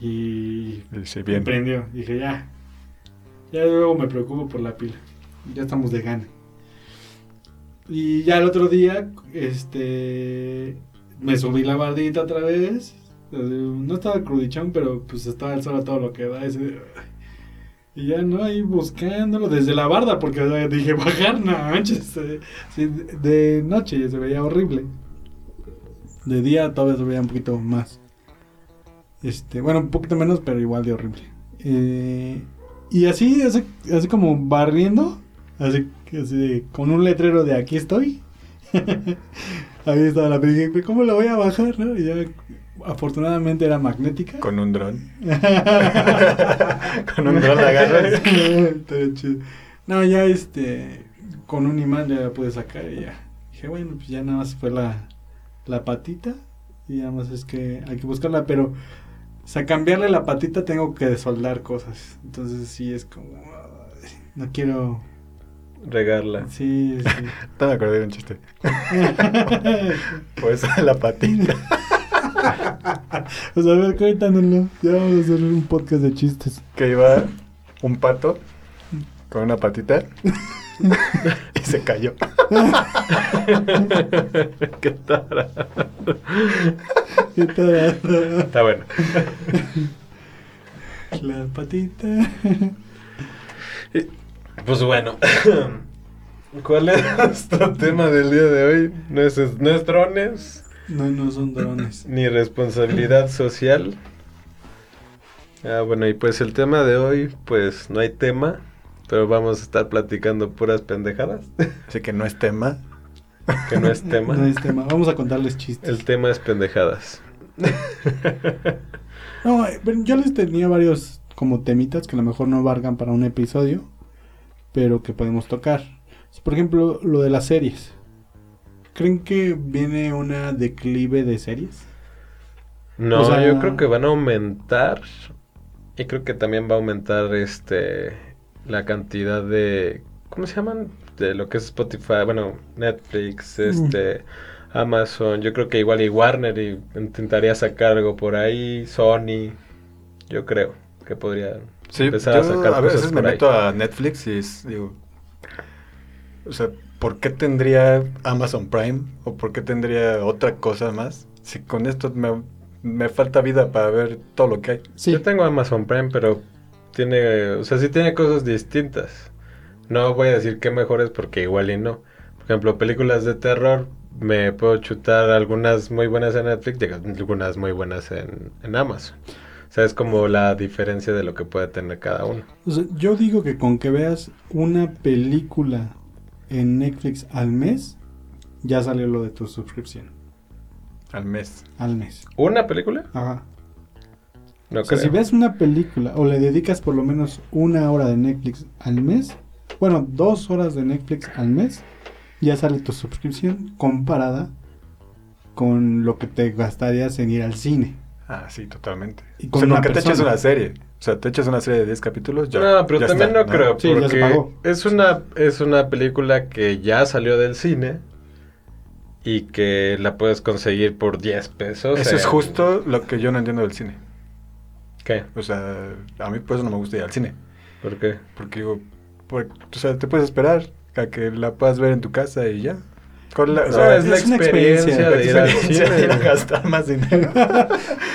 Y
Y sí, bien.
Prendió. Dije, ya. Ya luego me preocupo por la pila. Ya estamos de gane. Y ya el otro día, este. Me subí la bardita otra vez. No estaba crudichón, pero pues estaba el sol a todo lo que da. ese- Y ya no, ahí buscándolo desde la barda, porque o sea, dije, bajar, no manches. eh, sí, de de noche se veía horrible. De día todavía se veía un poquito más. Este, bueno, un poquito menos, pero igual de horrible. Eh, y así, así, así como barriendo, así, así de- con un letrero de aquí estoy. Ahí estaba la película, dije, ¿cómo la voy a bajar? no? Y ya, afortunadamente era magnética.
Con un dron. Con un dron la agarras.
Está chido. no, ya este, con un imán ya la pude sacar y ya. Dije, bueno, pues ya nada más fue la, la patita y nada más es que hay que buscarla, pero, o sea, cambiarle la patita tengo que desoldar cosas. Entonces sí es como, ay, no quiero...
Regarla.
Sí, sí.
Te me acordé de un chiste. Por eso la patita.
o sea, a ver, cuéntanoslo. Ya vamos a hacer un podcast de chistes.
Que iba un pato con una patita y se cayó.
Qué tarado.
¿Qué tal?
Está bueno.
La patita.
Pues bueno. ¿Cuál es nuestro tema del día de hoy? No es, no es drones,
No, no son drones.
ni responsabilidad social. Ah, bueno, y pues el tema de hoy, pues no hay tema, pero vamos a estar platicando puras pendejadas,
Así que no es tema.
que no es tema.
No es tema. Vamos a contarles chistes.
El tema es pendejadas.
No, eh, pero yo les tenía varios como temitas que a lo mejor no valgan para un episodio, pero que podemos tocar. Por ejemplo, lo de las series. ¿Creen que viene una declive de series?
No,
O sea-
yo creo que van a aumentar. Y creo que también va a aumentar este la cantidad de. ¿Cómo se llaman? De lo que es Spotify, bueno, Netflix,
Mm.
este, Amazon. Yo creo que igual y Warner y intentaría sacar algo por ahí. Sony. Yo creo que podría
Sí,
empezar a
yo
sacar
a
cosas
veces me
por ahí.
meto a Netflix y es- digo, o sea, ¿por qué tendría Amazon Prime o por qué tendría otra cosa más? Si con esto me, me falta vida para ver todo lo que hay.
Sí.
Yo tengo Amazon Prime, pero tiene, o sea, sí tiene cosas distintas. No voy a decir qué mejores porque igual y no. Por ejemplo, películas de terror, me puedo chutar algunas muy buenas en Netflix y algunas muy buenas en, en Amazon. O sea, es como la diferencia de lo que puede tener cada uno.
O sea, yo digo que con que veas una película en Netflix al mes, ya salió lo de tu suscripción.
Al mes.
Al mes.
¿Una película?
Ajá.
No
o sea, si
creo.
ves una película o le dedicas por lo menos una hora de Netflix al mes, bueno, dos horas de Netflix al mes, ya sale tu suscripción comparada con lo que te gastarías en ir al cine.
Ah, sí, totalmente.
Y
O
con
sea,
una
nunca te echas
persona.
una serie. O sea, te echas una serie de 10 capítulos, ya.
no, pero
ya
también
está,
no creo,
Sí, ya se
porque
pagó.
es una, es una película que ya salió del cine y que la puedes conseguir por 10 pesos.
Eso es
en-
justo lo que yo no entiendo del cine.
¿Qué?
O sea, a mí por eso no me gusta ir al cine.
¿Por qué?
Porque digo, por- o sea, te puedes esperar a que la puedas ver en tu casa y ya. Con la- o
No,
sea,
es la
es una
experiencia,
experiencia.
de ir al
experiencia de ir a
cine.
gastar más dinero.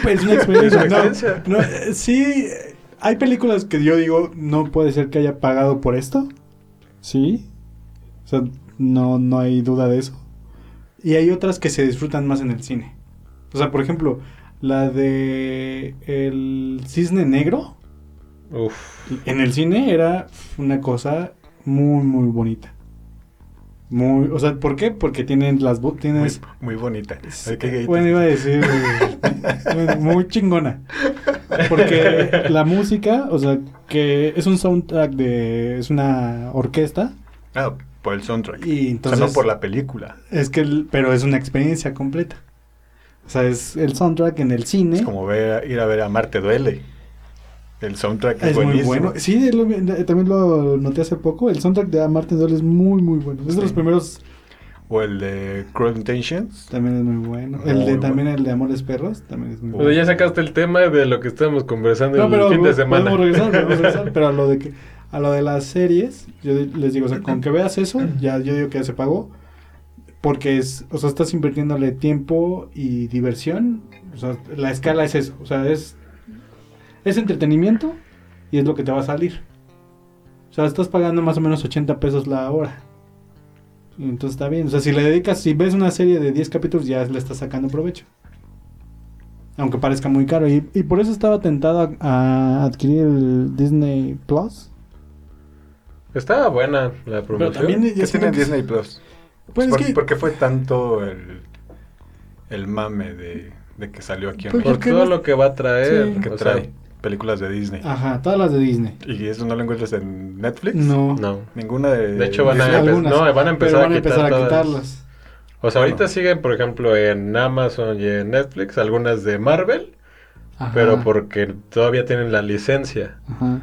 Pues una experiencia.
Es
no,
una experiencia.
no, eh, sí, eh, hay películas que yo digo, no puede ser que haya pagado por esto. Sí. O sea, no, no hay duda de eso. Y hay otras que se disfrutan más en el cine. O sea, por ejemplo, la de El Cisne Negro
Uf.
en el cine era una cosa muy, muy bonita. Muy, o sea, ¿por qué? Porque tienen las bo-
Muy,
tienes
muy bonita.
Sí,
Ay, qué gay.
Bueno, iba a decir eh, bueno, muy chingona. Porque la música, o sea, que es un soundtrack de. es una orquesta.
Ah, por el soundtrack.
Y entonces.
o sea, no por la película.
Es que el- pero es una experiencia completa. O sea, es el soundtrack en el cine.
Es como ver, ir a ver a Marte Duele. El soundtrack es,
Es muy
buenísimo.
bueno. Sí, es lo- eh, también lo noté hace poco. El soundtrack de A Martin Doll es muy, muy bueno. Es de los
Sí.
primeros.
O el de Cruel Intentions.
También es muy bueno.
Muy
el de,
bueno.
También el de Amores Perros. También es muy bueno.
Bueno, Pues ya sacaste el tema de lo que estábamos conversando
No, pero
el fin de
podemos
semana.
regresar, podemos regresar, pero a lo de que a lo de las series, yo di- les digo, o sea, con que veas eso, ya yo digo que ya se pagó porque es, o sea, estás invirtiéndole tiempo y diversión, o sea, la escala es eso, o sea, es es entretenimiento y es lo que te va a salir. O sea, estás pagando más o menos 80 pesos la hora. Y Entonces está bien. O sea, si le dedicas, si ves una serie de 10 capítulos, ya le estás sacando provecho. Aunque parezca muy caro. Y, y por eso estaba tentado a, a adquirir el Disney Plus.
Estaba buena la promoción.
también-
¿Qué
Ya siento
tiene
que-
Disney Plus?
Pues
¿Por,
es que.
por qué fue tanto el, el mame de, de que salió aquí en
Pues,
México?
Por
¿por qué
todo
no-
lo que va a traer.
Sí.
Que
o sea,
trae películas de Disney.
Ajá, todas las de Disney.
¿Y eso no lo encuentras en Netflix?
No.
no.
Ninguna de.
De hecho, van a
Disney?
empe- no, van a empezar
pero van
a
a, empezar
quitar
a
todas.
quitarlas.
O sea, ahorita
No.
siguen, por ejemplo, en Amazon y en Netflix, algunas de Marvel,
Ajá,
pero porque todavía tienen la licencia.
Ajá.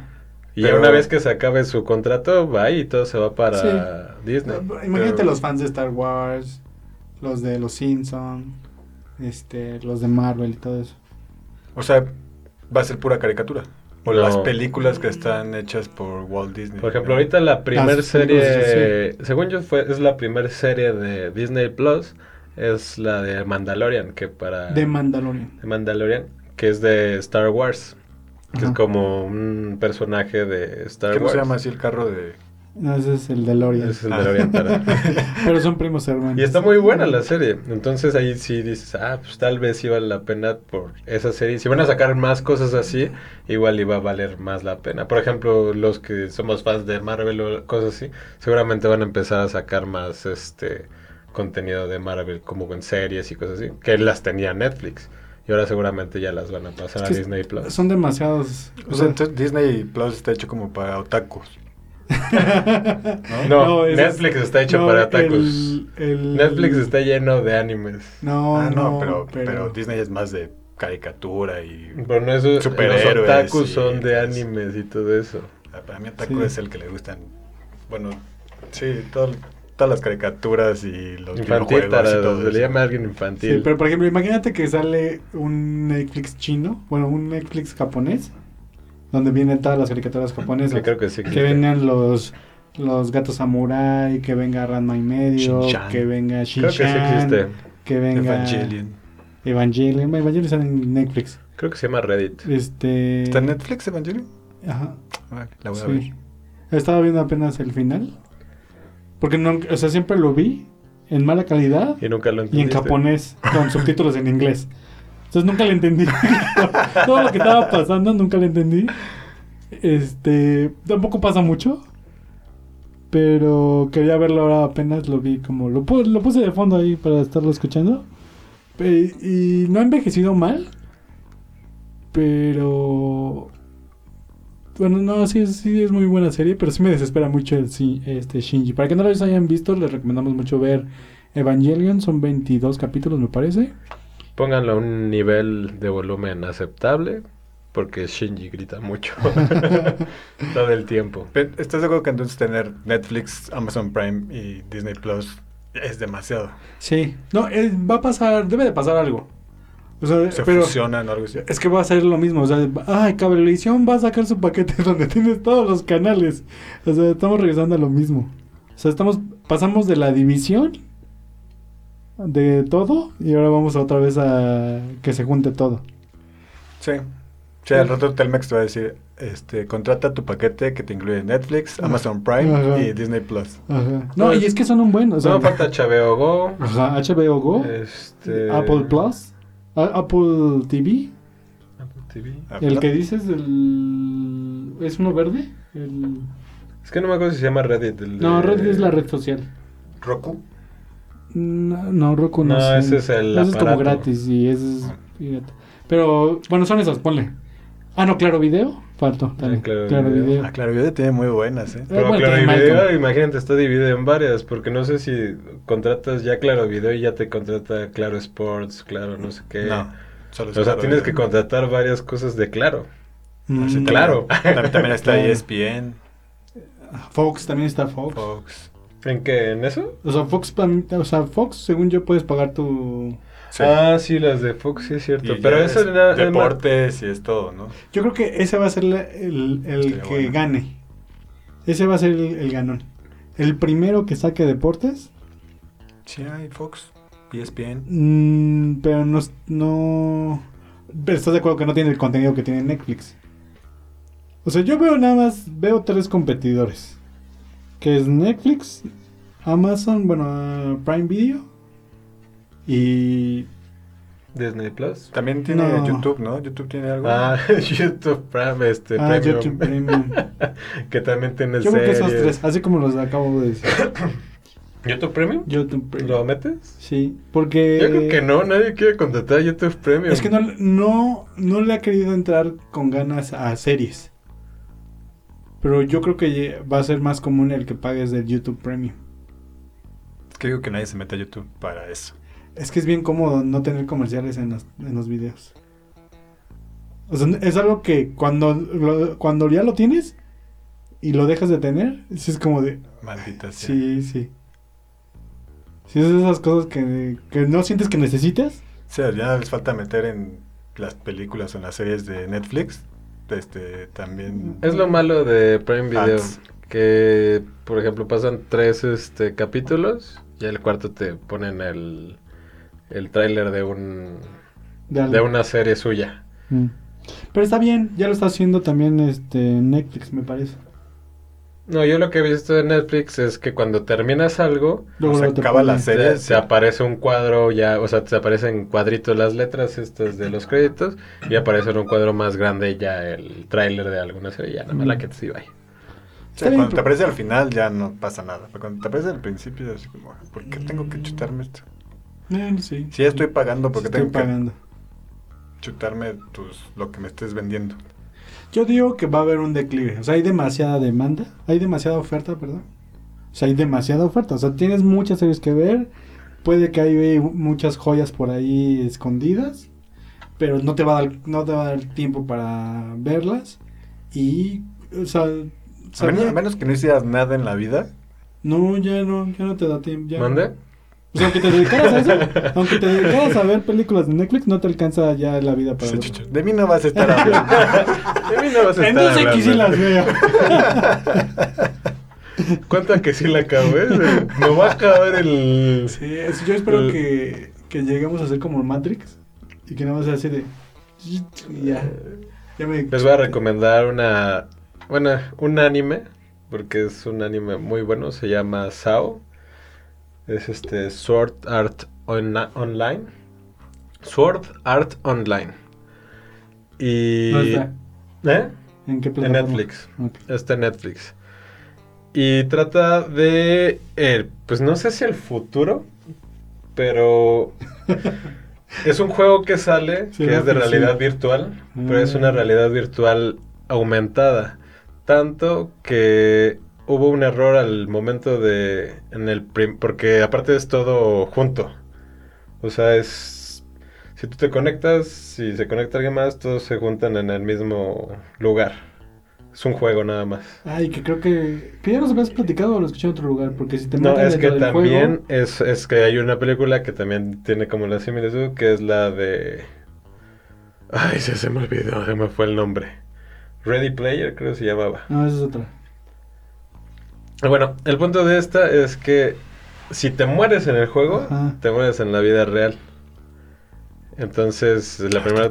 Y
Pero-
una vez que se acabe su contrato, va y todo se va para
Sí.
Disney.
Ah, Imagínate
Pero-
los fans de Star Wars, los de los Simpson, este, los de Marvel y todo eso.
O sea, va a ser pura caricatura. O
No.
las películas que están hechas por Walt Disney.
Por ejemplo, ahorita la primer
Las películas
serie,
de
según yo fue, es la primer serie de Disney Plus, es la de Mandalorian, que para...
De Mandalorian.
de Mandalorian, que es de Star Wars, que es
Ajá.
como un personaje de Star
¿Qué no
Wars.
se llama así el carro de.?
No, ese es el DeLorean.
Es el DeLorean, perdón.
Pero son primos hermanos.
Y está muy buena la serie. Entonces ahí sí dices, ah, pues tal vez sí vale la pena por esa serie. Si van a sacar más cosas así, igual iba a valer más la pena. Por ejemplo, los que somos fans de Marvel o cosas así, seguramente van a empezar a sacar más este contenido de Marvel, como en series y cosas así, que las tenía Netflix. Y ahora seguramente ya las van a
Es
pasar
que
a Disney Plus.
Son demasiados.
O sea, entonces Disney Plus está hecho como para otakus.
No,
ese es-
Netflix está hecho
no,
para
el-
tacos.
el-
Netflix está lleno de animes.
No,
ah,
no,
no, pero, pero... Disney es más de caricatura y.
Pero no eso, los
Superhéroes
otakus
y-
son de animes y todo eso.
Ah, Para mí, otaku
Sí.
es el que le gustan. Bueno, sí, todo- todas las caricaturas y los
Infantil,
videojuegos y
tarado,
todo
se le
eso.
llama a alguien
Sí,
infantil.
pero por ejemplo, imagínate que sale un Netflix chino, bueno, un Netflix japonés, donde vienen todas las caricaturas japonesas.
Que creo que sí
Que
existe.
vengan los los gatos samurai, que venga Ranma y medio,
Shin-chan.
que venga
Creo
Shin-chan,
que sí existe.
que venga
Evangelion.
Evangelion, Evangelion está en Netflix.
Creo que se llama Reddit.
Este
¿Está en Netflix Evangelion? Ah,
Ajá.
La voy a
sí.
ver.
Estaba viendo apenas el final. Porque no, o sea, siempre lo vi en mala calidad
Y nunca lo
y en
entendiste.
japonés, con subtítulos en inglés. Entonces nunca le entendí. Todo lo que estaba pasando nunca le entendí. Este, tampoco pasa mucho. Pero quería verlo ahora apenas, lo vi como... Lo, pu- lo puse de fondo ahí para estarlo escuchando. Pe- y no ha envejecido mal. Pero... Bueno, no, sí, sí es muy buena serie, pero sí me desespera mucho el, sí, este Shinji. Para que no los hayan visto, les recomendamos mucho ver Evangelion. Son 22 capítulos, me parece.
Pónganlo a un nivel de volumen aceptable, porque Shinji grita mucho todo el tiempo.
Pero, ¿Estás de acuerdo que entonces tener Netflix, Amazon Prime y Disney Plus es demasiado?
Sí. No, eh, va a pasar, debe de pasar algo. O sea,
Se
pero
fusionan o algo así.
es que va a ser lo mismo. O sea, va- ay, Cablevisión va a sacar su paquete donde tienes todos los canales. O sea, estamos regresando a lo mismo. O sea, estamos, pasamos de la división de todo y ahora vamos otra vez a que se junte todo.
Sí. Sí, al rato Telmex te va a decir, este, contrata tu paquete que te incluye Netflix, Ah, Amazon Prime
Ajá.
y Disney Plus.
Ajá. No, y es que son un buen. O sea,
no falta Chabeo Go,
Ajá, HBO Go,
este,
Apple Plus, a- Apple TV.
Apple TV.
Ah,
El que dices el... es uno verde. El...
Es que no me acuerdo si se llama Reddit. el
No,
de-
Red es la red social.
Roku.
No, no Roku no,
No,
sé.
ese es el
Ese es como
aparato. Ah.
gratis y ese es pirata. Pero bueno, son esas, ponle. Ah, no, claro video. Falto. dale,
Ah,
claro,
Claro
video.
Video.
Ah, claro, Video tiene muy buenas, ¿eh?
Eh,
Pero
bueno,
Claro
tiene
Video,
Malcolm.
imagínate, está dividido en varias, porque no sé si contratas ya Claro Video y ya te contrata Claro Sports, Claro no sé qué.
No. Solo
Eh, o
es
pues
sea,
Claro
tienes
Video.
que contratar varias cosas de Claro.
Ah, sí,
Mm,
también-
claro.
También, también está E
Claro.
ESPN,
Fox también está Fox.
Fox.
¿En qué? ¿En eso?
O sea, Fox, pam- o sea, Fox, según yo, puedes pagar tu.
Sí.
Ah, sí, las de Fox, sí es cierto.
Y
Pero
ya
eso
es
era- era-
deportes y es todo, ¿no?
Yo creo que ese va a ser la- el, el
Estaría
que
bueno.
gane. Ese va a ser el, el ganón. El primero que saque deportes.
Sí, hay Fox, ESPN.
Mm, pero no, es- no. Pero estás de acuerdo que no tiene el contenido que tiene Netflix. O sea, yo veo nada más. Veo tres competidores: que es Netflix, Amazon, bueno, ah, Prime Video. Y.
Disney Plus.
También tiene
No.
YouTube, ¿no? YouTube tiene algo.
Ah, YouTube Prime, este,
ah,
Premium,
YouTube Premium.
que también tiene
Yo creo que esos
series.
tres, así como los acabo de decir.
¿YouTube Premium?
YouTube Premium.
¿Lo metes?
Sí, porque.
Yo creo que no, nadie quiere contratar YouTube Premium.
Eh, Es que no, no, no le ha querido entrar con ganas a series. Pero yo creo que ye- va a ser más común el que pagues del YouTube Premium.
Es que digo que nadie se mete a YouTube para eso.
Es que es bien cómodo no tener comerciales en los, en los videos. O sea, es algo que cuando, lo- cuando ya lo tienes y lo dejas de tener, sí es como de,
Maldita sea.
Sí, sí. Sí, es de esas cosas que, que no sientes que necesitas.
O sea, ya les falta meter en las películas o en las series de Netflix. Este, también.
Es lo malo de Prime Video.
Ads.
Que, por ejemplo, pasan tres este, capítulos y el cuarto te ponen el, el tráiler de, un,
algo.
de una serie suya.
Mm. Pero está bien, ya lo está haciendo también este Netflix, me parece.
No, yo lo que he visto en Netflix es que cuando terminas algo,
O sea,
te
acaba
ponen-
la
se,
serie.
se aparece un cuadro ya, o sea, te aparecen cuadritos las letras estas de los créditos y aparece en un cuadro más grande ya el tráiler de alguna serie, ya nada más la que te sigo ahí.
Sí,
Está bien,
cuando te
pero-
aparece al final ya no pasa nada. Pero cuando te aparece al principio es como, ¿por qué tengo que chutarme esto?
Eh, sí.
Si ya estoy pagando, ¿por
Sí
qué tengo
estoy pagando.
que chutarme tus, lo que me estés vendiendo?
Yo digo que va a haber un declive. O sea, hay demasiada demanda. Hay demasiada oferta, perdón. O sea, hay demasiada oferta. O sea, tienes muchas series que ver. Puede que hay muchas joyas por ahí escondidas. Pero no te va a dar, no te va a dar tiempo para verlas. Y, o sea,
A menos,
sabía-
a menos que no hicieras nada en la vida.
no, ya no, ya no te da tiempo. ya.
¿Mande?
O sea, aunque te dedicaras a eso, aunque te dedicaras a ver películas de Netflix, no te alcanza ya la vida para
Sí,
verlas.
chucho. pues, de mí no vas a estar hablando.
De mí no vas a estar
Entonces aquí sí
hablando.
las veo.
Cuenta que sí la acabé. No va a acabar el.
Sí, es- yo espero
El-
que, que lleguemos a ser como Matrix y que nada más sea así de. y Ya. Ya me-
Les voy a recomendar una. Bueno, un anime. Porque es un anime muy bueno. Se llama Sao. Es este Sword Art Onla- Online. Sword Art Online. Y.
¿Dónde está?
¿Eh?
¿En qué
En
plataforma?
Netflix.
Ok.
Está en Netflix. Y trata de. eh, pues no sé si el futuro. Pero. es un juego que sale.
Sí,
que
una
es de
ficción.
realidad virtual. Pero es una
Ah.
realidad virtual aumentada. Tanto que hubo un error al momento de. En el prim- porque aparte es todo junto. O sea, es. Si tú te conectas, si se conecta alguien más, todos se juntan en el mismo lugar. Es un juego nada más.
Ay, que creo que, que ya nos habías platicado o lo escuché en otro lugar, porque si te
No,
meten
es que
dentro del
también
juego,
es, es que hay una película que también tiene como la similitud, que es la de... Ay, se, se me olvidó, se me fue el nombre. Ready Player creo que se llamaba.
No, esa es otra.
Bueno, el punto de esta es que si te mueres en el juego,
Ajá.
te mueres en la vida real. Entonces, la primera...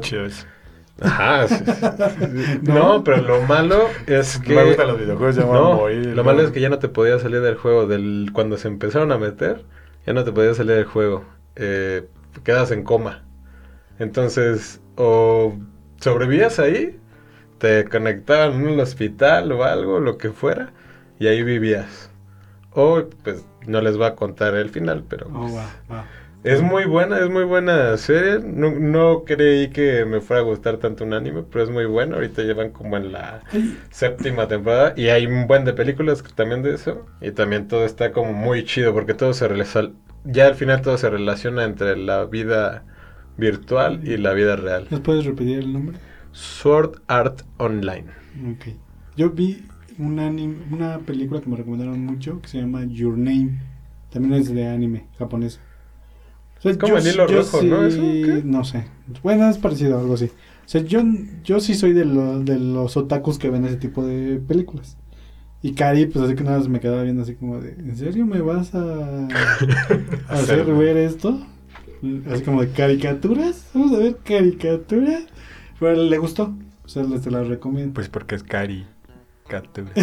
Ajá, sí, sí.
¿No?
¿No? pero lo malo es que...
Me gustan los videojuegos, ya me voy a
No,
morir.
lo malo es que ya no te podías salir del juego. Del, cuando se empezaron a meter, ya no te podías salir del juego. Eh, quedas en coma. Entonces, o sobrevivías ahí, te conectaban en un hospital o algo, lo que fuera, y ahí vivías. O, pues, no les va a contar el final, pero...
Oh,
pues,
va, va.
es muy buena, es muy buena serie. No, no creí que me fuera a gustar tanto un anime, pero es muy buena. Ahorita llevan como en la
Ay,
séptima temporada y hay un buen de películas que también de eso y también todo está como muy chido porque todo se relaciona ya al final todo se relaciona entre la vida virtual y la vida real
¿Nos puedes repetir el nombre?
Sword Art Online
Ok. Yo vi un anime, una película que me recomendaron mucho que se llama Your Name. También es de anime japonés. O sea,
Es como el hilo rojo, ¿no? ¿Eso qué?
No sé. Bueno, es parecido, algo así. O sea, yo, yo sí soy de, lo- de los otakus que ven ese tipo de películas. Y Cari, pues así que nada más me quedaba viendo así como de, ¿en serio me vas a a hacer
Hacerlo.
ver esto? Así como de caricaturas. Vamos a ver caricaturas. Pero le gustó. O sea, les- te la recomiendo.
Pues porque es caricatura.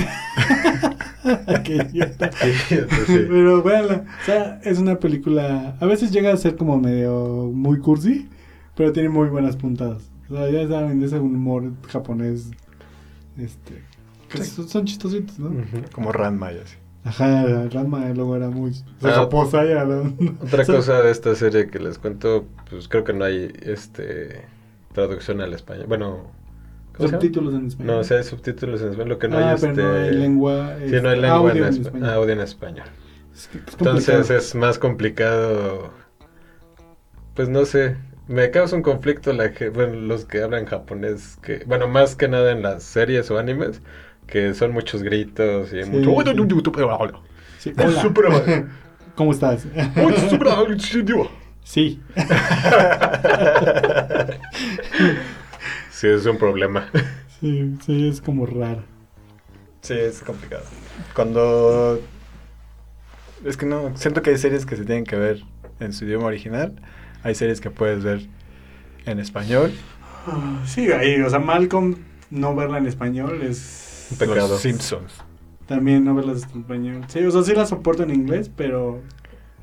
Qué idiota.
Pues Sí.
Pero véanla. O sea, es una película. A veces llega a ser como medio muy cursi, pero tiene muy buenas puntadas. O sea, ya saben, ese humor japonés. Este. que son, son chistositos, ¿no?
Ujú.
Como Ranma y así.
Ajá, Rama luego era muy. O sea,
Ah,
japosa ya, ¿no?
otra
O sea,
cosa de esta serie que les cuento pues creo que no hay este traducción al español bueno ¿cómo se llama?
Subtítulos en español.
no o sea hay subtítulos en español lo que no
ah,
hay
pero no hay
este-
lengua.
sí, no hay
este,
lengua
audio
en,
en
espa-
español.
audio en español
Es que es
Entonces
complicado.
es más complicado. Pues no sé. Me causa un conflicto la que, bueno, los que hablan japonés, que, bueno, más que nada en las series o animes, que son muchos gritos y
Sí.
mucho.
Sí, hola. ¿Cómo estás? Sí.
Sí, es un problema.
Sí, sí, es como raro.
Sí, es complicado. Cuando. Es que no. Siento que hay series que se tienen que ver en su idioma original. Hay series que puedes ver en español.
Ah, Sí, ahí, o sea, Malcolm no verla en español es...
Pe- Pecado.
Los Simpsons.
También no verlas en español. Sí, o sea, sí la soporto en inglés, pero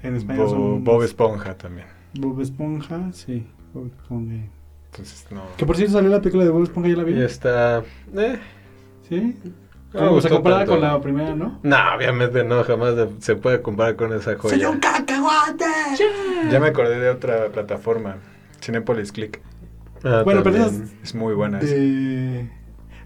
en español
Bo-
son...
Bob Esponja también.
Bob Esponja, sí. Bob Esponja.
Entonces, no.
Que por cierto salió la película de Bob Esponja, ¿ya la
Y
vi?
está.
Ah,
Eh,
Sí.
no me
Como se
gustó
comparada
tanto.
con la primera, ¿no?
No, obviamente no, jamás de- se puede comparar con esa joya.
¡Soy un cacahuate!
Ya me acordé de otra plataforma. Cinepolis Click.
Ah,
Bueno, pero
también.
esas-
Es muy buena. esa.
De-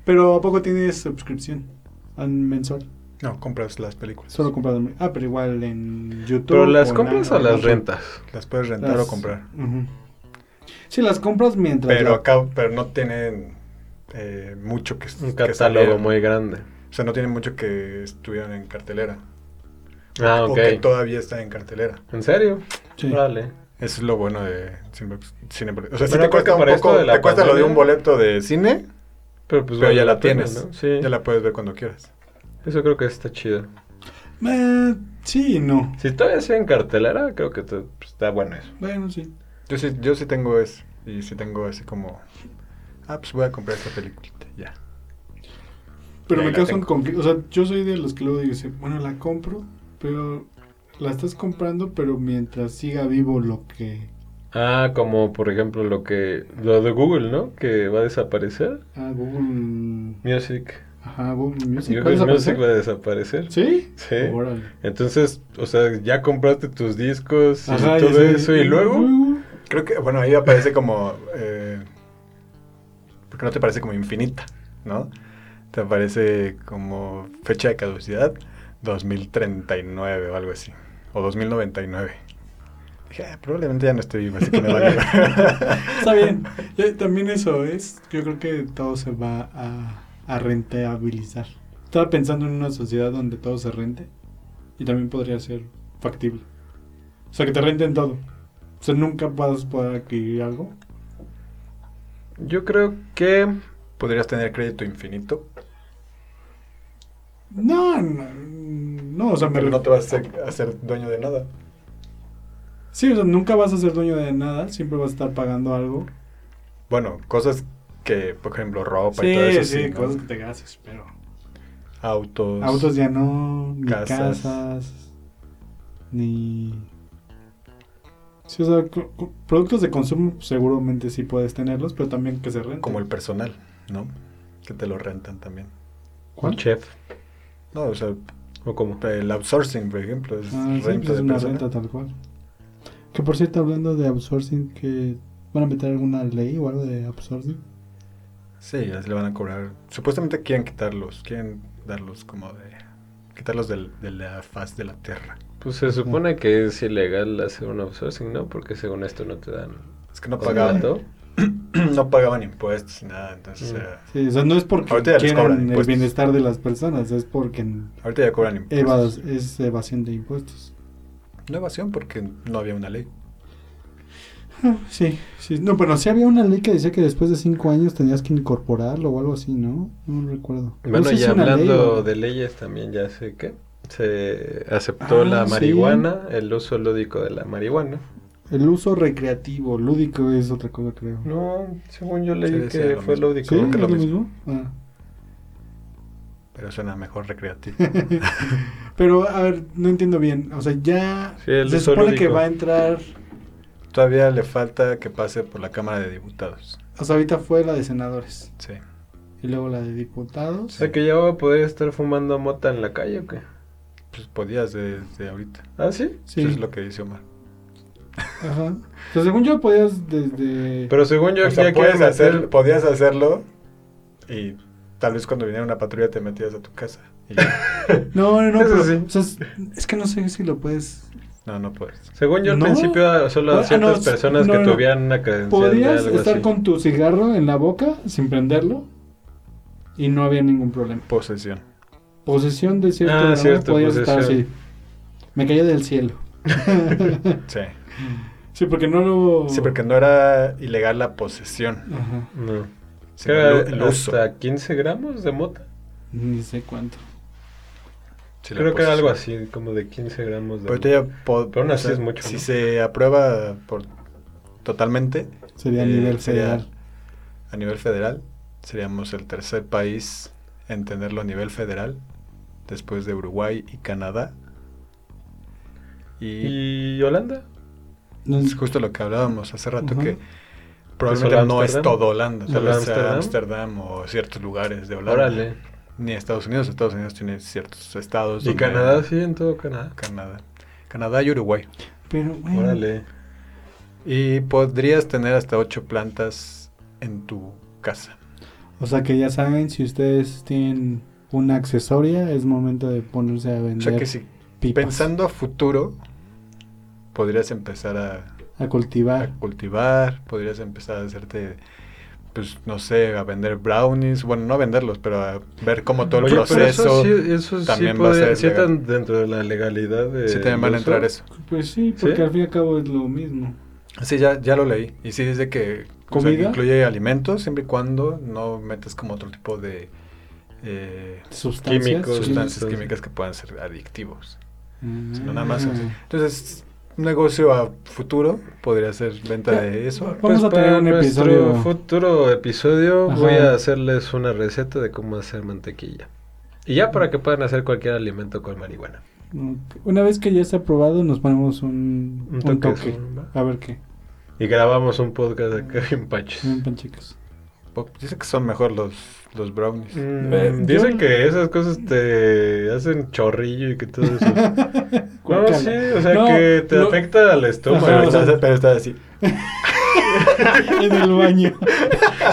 Pero ¿a poco tienes suscripción An- mensual?
No, compras las películas.
Solo compras... Ah, pero igual en YouTube.
¿Pero las
en
compras o
Amazon.
las rentas?
Las puedes rentar
Las-
o comprar.
Ujú. Sí, las compras mientras...
Pero
la-
acá, pero no tienen eh, mucho que
Un
que
catálogo
salieran.
muy grande.
O sea, no tienen mucho que estuvieran en cartelera.
Ah,
O que
ok.
todavía están en cartelera.
¿En serio?
Sí.
Vale.
Eso es lo bueno de cine. cine- o sea, sí te
Bueno, creo que
cuesta un
para esto
poco,
de la
te cuesta lo de
pandemia-
un boleto de cine,
Pero pues
pero
vale
ya la
pena,
tienes.
¿no? Sí.
Ya la puedes ver cuando quieras.
Eso creo que está chido.
Eh, sí y no.
Si todavía sea en cartelera, creo que te- pues, está bueno eso.
Bueno, sí.
Yo sí, yo sí tengo eso. Y sí tengo así como... Ah, pues voy a comprar esta peliculita, ya.
Pero
Y ahí
me
la
causa un
tengo.
conflicto. O sea, yo soy de los que luego dice, bueno, la compro, pero la estás comprando, pero mientras siga vivo lo que...
Ah, como por ejemplo lo que lo de Google, ¿no? Que va a desaparecer.
Ah, Google...
Music.
Ajá, Google Music.
Google
¿Puedes aparecer?
Music va a desaparecer.
¿Sí?
Sí.
Órale.
Entonces, o sea, ya compraste tus discos y
Ajá,
todo
ya sé.
eso y luego
Creo que, bueno, ahí aparece como. eh, porque no te parece como infinita, ¿no? Te aparece como fecha de caducidad 2039 o algo así. O 2099. Dije, "Ah, probablemente ya no estoy vivo, así que me vale.
Está bien. Ya, también eso es. Yo creo que todo se va a, a rentabilizar. Estaba pensando en una sociedad donde todo se rente. Y también podría ser factible. O sea, que te renten todo. O sea, nunca vas a poder adquirir algo.
yo creo que
Podrías tener crédito infinito.
No, no. No, o sea, me
Pero
ref-
no te vas a hacer, a hacer dueño de nada.
Sí, o sea, nunca vas a ser dueño de nada. Siempre vas a estar pagando algo.
Bueno, cosas que, por ejemplo, ropa y
Sí,
todo eso.
sí,
¿no?
cosas que te gastes, pero.
Autos.
Autos ya no, ni
Casas.
casas, ni... Sí, o sea, co- co- productos de consumo seguramente sí puedes tenerlos, pero también que se renten.
Como el personal, ¿no? Que te lo rentan también.
un
¿Cuál?
chef
No, o sea,
o como
el outsourcing, por ejemplo, es
Ah, sí,
renta
pues es
de
una
personal.
renta tal cual. Que por cierto, hablando de outsourcing, que van a meter alguna ley o algo de outsourcing.
Sí, ya se le van a cobrar. Supuestamente quieren quitarlos, quieren darlos como de. quitarlos del- de la faz de la tierra.
pues se supone que es ilegal hacer un outsourcing, ¿no? Porque según esto no te dan
Es que no pagaban,
contrato.
no pagaban impuestos ni nada, entonces
Mm.
era-
Sí, o sea, no es porque
Ahorita ya les cobran
quieran el
impuestos. Pues
bienestar de las personas, es porque
ahorita ya cobran impuestos.
evas- es evasión de impuestos.
No evasión porque no había una ley.
Ah, Sí, sí. No, pero sí había una ley que decía que después de cinco años tenías que incorporarlo o algo así, ¿no? No recuerdo.
Bueno,
No sé
y
si Pues una ley
hablando
o-
de leyes también ya sé que se aceptó
Ah,
la
sí.
marihuana, el uso lúdico de la marihuana.
El uso recreativo, lúdico es otra cosa, creo.
No, según yo
Sí,
leí
decía
que
lo
fue
mismo.
lúdico.
¿Sí?
creo que
¿Es
lo
lo
mismo.
mismo? Ah.
Pero suena mejor recreativo.
Pero, a ver, no entiendo bien. O sea, ya
Sí, el
se
uso
supone que
lúdico.
va a entrar...
Todavía le falta que pase por la Cámara de Diputados.
O sea, ahorita fue la de senadores
Sí.
y luego la de diputados.
O sea que ya voy a poder estar fumando mota en la calle o qué.
Pues podías desde ahorita.
Ah, sí.
Sí,
Eso es lo que dice Omar.
ajá. O sea, según yo podías desde...
Pero según yo
O sea,
ya
puedes
quieren
hacer,
meter-
podías hacerlo y tal vez cuando viniera una patrulla te metías a tu casa. Y ya.
No, no, no.
Eso
pero,
sí.
o sea, es, es que no sé si lo puedes...
No, no puedes.
Según yo al
No.
principio solo
Ah,
a ciertas
no,
personas
no,
que
no.
tuvieran una credencial de
Podías
algo
estar
así.
con tu cigarro en la boca sin prenderlo y no había ningún problema.
Posesión.
Posesión de cierto
Ah,
grado,
cierto,
podías estar así.
posesión.
Me caía del cielo.
Sí.
sí, porque no
Uh.
lo.
Sí, porque no era ilegal la posesión,
Ajá.
No.
sino
Era
el, el uso.
hasta 15 gramos de mota.
Ni sé cuánto.
Sí, la
Creo que era
posesión.
algo así, como de 15 gramos de
Pero, ahorita
mota.
ya po-
Pero aún así es mucho,
Si
¿no?
se aprueba por totalmente
Sería a
Eh,
nivel
sería-
federal.
a nivel federal, seríamos el tercer país en tenerlo a nivel federal, después de Uruguay y Canadá. Y,
¿Y Holanda?
No,
es justo lo que hablábamos hace rato,
Ujú.
que probablemente
solo
no es
Ámsterdam?
todo Holanda, tal
¿Solo
vez sea
Ámsterdam?
Ámsterdam o ciertos lugares de Holanda.
Órale.
Ni Estados Unidos, Estados Unidos tiene ciertos estados.
¿Y
donde-
Canadá? Sí, en todo Canadá.
Canadá. Canadá y Uruguay.
Pero bueno.
Órale.
Y podrías tener hasta ocho plantas en tu casa.
O sea que ya saben, si ustedes tienen una accesoria, es momento de ponerse a
O
vender
sea que si
pipas,
pensando a futuro, podrías empezar a,
a
a
cultivar.
cultivar, podrías empezar a hacerte, pues no sé, a vender brownies, bueno, no a venderlos, pero a ver cómo todo el
Oye, pero
proceso.
eso sí, eso sí
también va a
puede,
ser
sí
legal.
están dentro de la legalidad de...
Sí, también van a entrar eso.
Pues sí, porque
¿Sí?
al fin y al cabo es lo mismo.
Sí, ya, ya lo leí. Y sí dice que, o sea, que
¿Comida?
incluye alimentos siempre y cuando no metas como otro tipo de eh,
Sustancias.
Químicos,
sí.
sustancias
sí.
químicas que puedan ser adictivos.
Ah.
Mm.
sino nada más, o sea, Entonces, un negocio a futuro podría ser venta
Ya.
de eso.
Vamos a tener
Pues, para
un
nuestro
episodio.
futuro episodio
Ajá.
voy a hacerles una receta de cómo hacer mantequilla. Y ya para que puedan hacer cualquier alimento con marihuana.
Mm. Una vez que ya está aprobado, nos ponemos un,
Un
un
toque,
toque.
sí, va.
A ver qué.
Y grabamos un podcast acá en Paches.
Ven, pan, chicos.
Po- Dice que son mejor los, los brownies.
Mm,
Eh,
dicen
yo-
que esas cosas te hacen chorrillo y que todo eso. no,
Guácala.
sí, o sea
No,
que te
lo-
afecta al estómago.
pero,
o sea,
está, pero está así.
en el baño.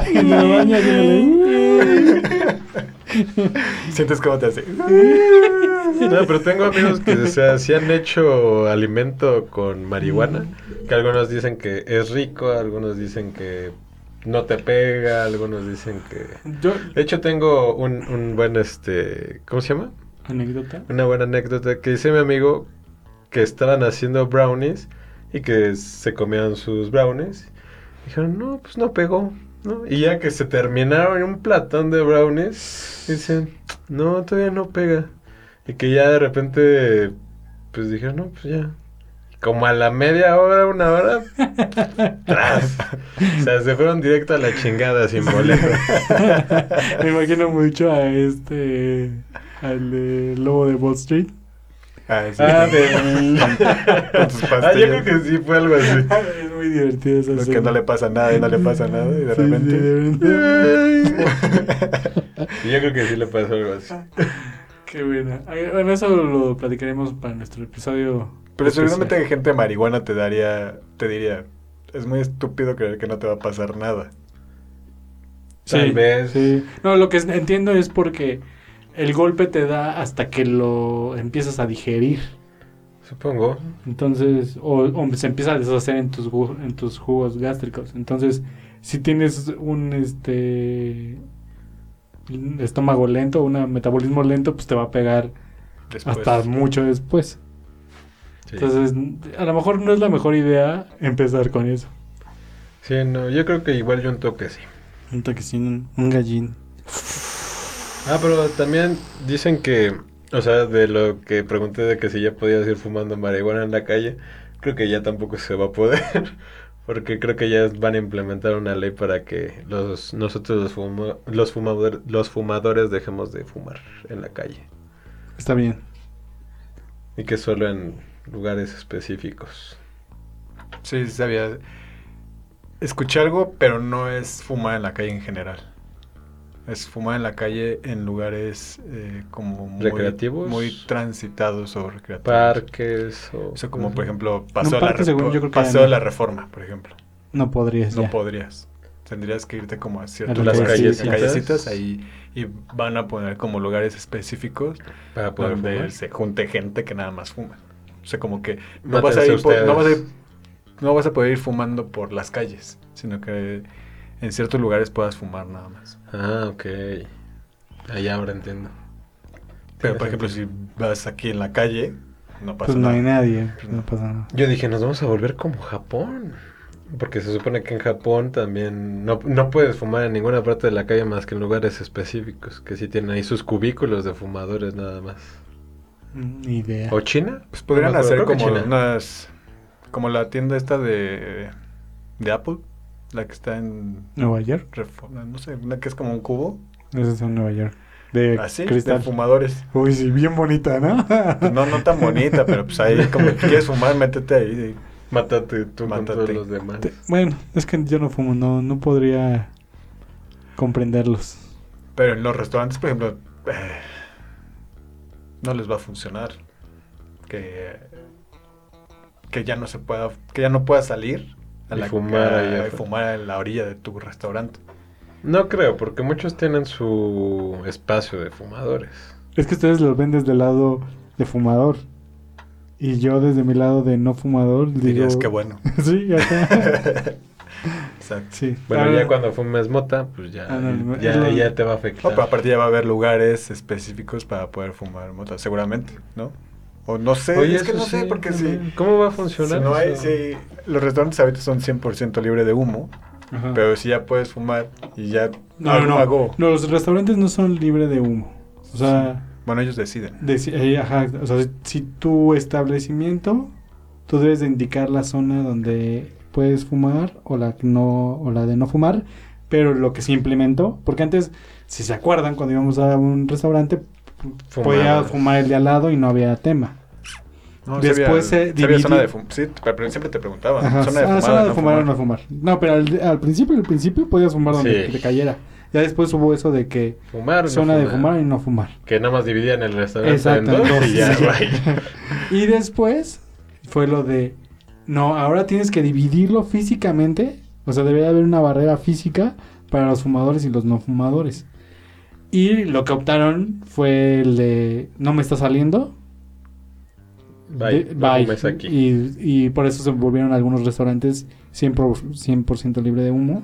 en el baño. haciéndole-
Sientes cómo te hace.
No, pero tengo amigos que o sea, sí han hecho alimento con marihuana, que algunos dicen que es rico, algunos dicen que no te pega, algunos dicen que...
Yo,
De hecho tengo un, un buen, este, ¿cómo se llama?
anécdota.
Una buena anécdota que dice mi amigo que estaban haciendo brownies y que se comían sus brownies. Dijeron, no, pues no pegó. ¿no? Y ya que se terminaron un platón de brownies, dicen, no, todavía no pega. Y que ya de repente, pues dijeron, no, pues ya. Como a la media hora, una hora, tras. O sea, se fueron directo a la chingada sin boleto.
Me imagino mucho a este. Al de Lobo de Wall Street.
Ah, sí.
Ah, de-
Con sus
Ah, yo creo
pastillas.
que sí fue algo así.
es muy divertido esa
Lo
escena.
que no le pasa nada y no le pasa nada y de
Sí, sí, de
repente...
repente.
Y Yo creo que sí le pasó algo así.
Qué buena. Ay, Bueno, eso lo platicaremos para nuestro episodio.
Pero
especial.
seguramente que gente marihuana te daría, te diría, es muy estúpido creer que no te va a pasar nada.
Tal vez.
sí. No, lo que es- entiendo es porque el golpe te da hasta que lo empiezas a digerir.
Supongo.
Entonces, o, o se empieza a deshacer en tus, gu- en tus jugos gástricos. Entonces, si tienes un este un estómago lento, un metabolismo lento, pues te va a pegar
Después.
hasta mucho después.
Sí.
Entonces, a lo mejor no es la mejor idea empezar con eso.
Sí, no, yo creo que igual yo un toque sí.
Un toquecín, un gallín.
Ah, pero también dicen que, o sea, de lo que pregunté de que si ya podías ir fumando marihuana en la calle, creo que ya tampoco se va a poder. Porque creo que ya van a implementar una ley para que los nosotros los, fuma- los, fumador- los fumadores dejemos de fumar en la calle.
Está bien.
Y que solo en lugares específicos.
Sí, sí sabía. Escuché algo, pero no es fumar en la calle en general. Es fumar en la calle en lugares eh, como muy,
¿Recreativos?
muy transitados o recreativos.
Parques o...
O sea, como por ejemplo, pasó
No,
la,
parque, según
repo-
yo creo que
paseo
ya
de
no.
la reforma, por ejemplo.
No podrías.
No
ya.
podrías. Tendrías que irte como a ciertos
las
lugares,
callecitas.
callecitas ahí y van a poner como lugares específicos
Para poder
donde
fumar.
se junte gente que nada más fuma. O sea, como que no vas,
Mátense
a ir por- no, vas a ir-
ustedes.
no vas a poder ir fumando por las calles, sino que en ciertos lugares puedas fumar nada más.
Ah, ok. Allá ahora entiendo.
Pero,
Tiene
por ejemplo, si
sentido.
vas aquí en la calle, no pasa
Pues no hay
nada.
nadie. No pasa nada.
Yo dije, nos vamos a volver como Japón. Porque se supone que en Japón también no, no puedes fumar en ninguna parte de la calle más que en lugares específicos, que sí tienen ahí sus cubículos de fumadores nada más.
Ni idea.
¿O China?
Pues podrían
No me
hacer
acuerdo, creo que
como
China.
unas. Como la tienda esta de. de Apple, la que está en.
Nueva York.
Reforma, no sé, una que es como un cubo.
Esa es en Nueva York. De
Así, ¿Ah, de
cristal.
fumadores.
Uy, sí, bien bonita, ¿no?
Pues no, no tan bonita, pero pues ahí, como que quieres fumar, métete ahí.
Mátate tú con
Mátate.
todos los demás.
Te- bueno, es que yo no fumo, no, no podría comprenderlos.
Pero en los restaurantes, por ejemplo, eh, no les va a funcionar que, que ya no se pueda, que ya no pueda salir a
Y
la
fumar
a-
ahí
y
afuera.
fumar en la orilla de tu restaurante.
No creo, porque muchos tienen su espacio de fumadores.
Es que ustedes los ven desde el lado de fumador. Y yo desde mi lado de no fumador digo...
Dirías que bueno.
sí, ajá.
Exacto.
sí.
Bueno,
Ah,
ya cuando fumes mota, pues ya,
Ah, no,
ya,
es lo-
ya te va a
No,
afectar.
pero aparte ya va a haber lugares específicos para poder fumar mota, seguramente, ¿no? O no sé,
Oye,
es que
eso
no sé,
sí,
porque si,
también. ¿Cómo va a
si
funcionar?
no hay,
eso?
si los restaurantes ahorita son 100% libre de humo,
ajá.
pero si ya puedes fumar y ya
No,
algo
no,
hago-
no. No, los restaurantes no son libres de humo. O sea...
Bueno, ellos deciden.
Deci- eh, ajá, o sea, si, si tu establecimiento tú debes de indicar la zona donde puedes fumar o la que no o la de no fumar, pero lo que se implementó, porque antes, si se acuerdan, cuando íbamos a un restaurante,
Fumar.
podía fumar el de al lado y no había tema.
No,
Después
sí había,
se
sí había zona
dividió.
de fumar. Sí, pero- pero siempre te preguntaban.
Ajá,
Zona de
ah,
fumar.
zona de
no
fumar o no fumar. No, pero al, al principio, al principio podías fumar donde
Sí.
te cayera. Ya después hubo eso de que
Fumar, no
zona de fumar y no fumar.
Que nada más dividían el restaurante
Exacto,
en dos,
en dos,
y ya,
sí.
güey.
Y después fue lo de, no, ahora tienes que dividirlo físicamente, o sea, debería haber una barrera física para los fumadores y los no fumadores. Y lo que optaron fue el de, no me está saliendo.
Bye,
de-
no fumes aquí.
Y, y por eso se volvieron algunos restaurantes 100%, 100 libre de humo.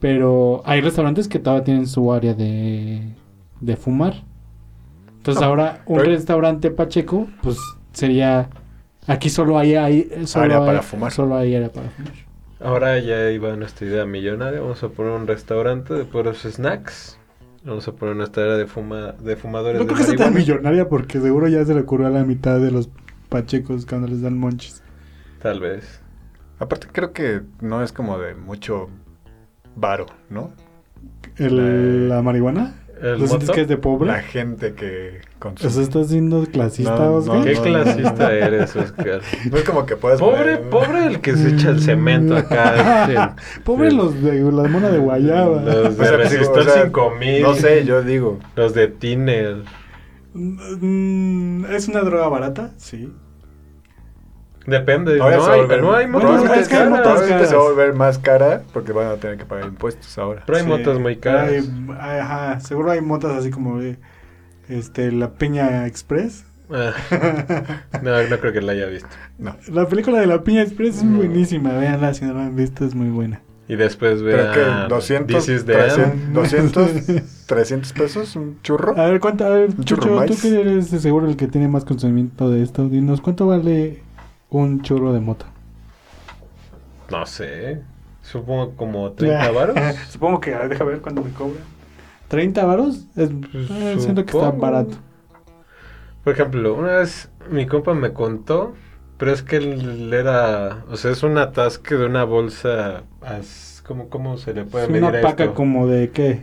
Pero hay restaurantes que todavía tienen su área de, de fumar. Entonces
Ah,
ahora un
pero-
restaurante pacheco, pues sería... Aquí solo hay, hay- solo
Área
hay-
para fumar.
Solo hay área para fumar.
Ahora ya iba nuestra idea millonaria. Vamos a poner un restaurante de puros snacks. Vamos a poner nuestra área de, fuma, de fumadores
No
de
creo que sea tan
marihuana.
millonaria porque seguro ya se le ocurrió a la mitad de los pachecos cuando les dan monches.
Tal vez.
Aparte, creo que no es como de mucho varo, ¿no?
El-
Eh,
¿La marihuana?
¿El
¿No sientes
moto?
que es de pobre?
La gente que consume.
Eso estás siendo clasista,
No, no,
Oscar.
¿Qué
no,
clasista
no.
eres, Oscar?
No es como que puedas.
Pobre,
poner-
pobre el que se echa el cemento acá. este,
Pobre los de la mona de guayaba.
Los-
O sea, pues,
Resistor
o sea,
5000.
No sé, yo digo.
Los de Tiner.
Mm, ¿Es una droga barata? Sí.
Depende. No
Ahora se va a
hay,
volver-
no hay motos
Bueno,
probablemente
más
es que hay
caras.
motos
probablemente se va a
caras.
volver más cara porque van a tener que pagar impuestos ahora.
Pero hay
Sí.
motos muy caras.
Hay- ajá, seguro hay motas así como eh, este, la Piña Express.
Ah, no, no creo que la haya visto.
No.
La película de la Piña Express es
No.
buenísima, véanla si no la han visto, es muy buena.
Y después
Pero
vea.
que 200,
This is the end.
300, 200, 300 pesos, un churro.
A ver, ¿cuánto? A ver,
Un
Chucho,
churro
tú
más.
que eres de seguro el que tiene más consumimiento de esto, dinos, ¿cuánto vale un churro de mota?
No sé. Supongo como 30 varos.
Supongo que, a ver, deja ver cuánto me cobran. ¿30 varos? Es, eh, siento que está
Pues, Supongo.
barato.
Por ejemplo, una vez mi compa me contó, pero es que él era. O sea, es un atasque de una bolsa. as- ¿cómo, ¿Cómo se le puede
Es
medir
una
a
paca
esto?
como de qué?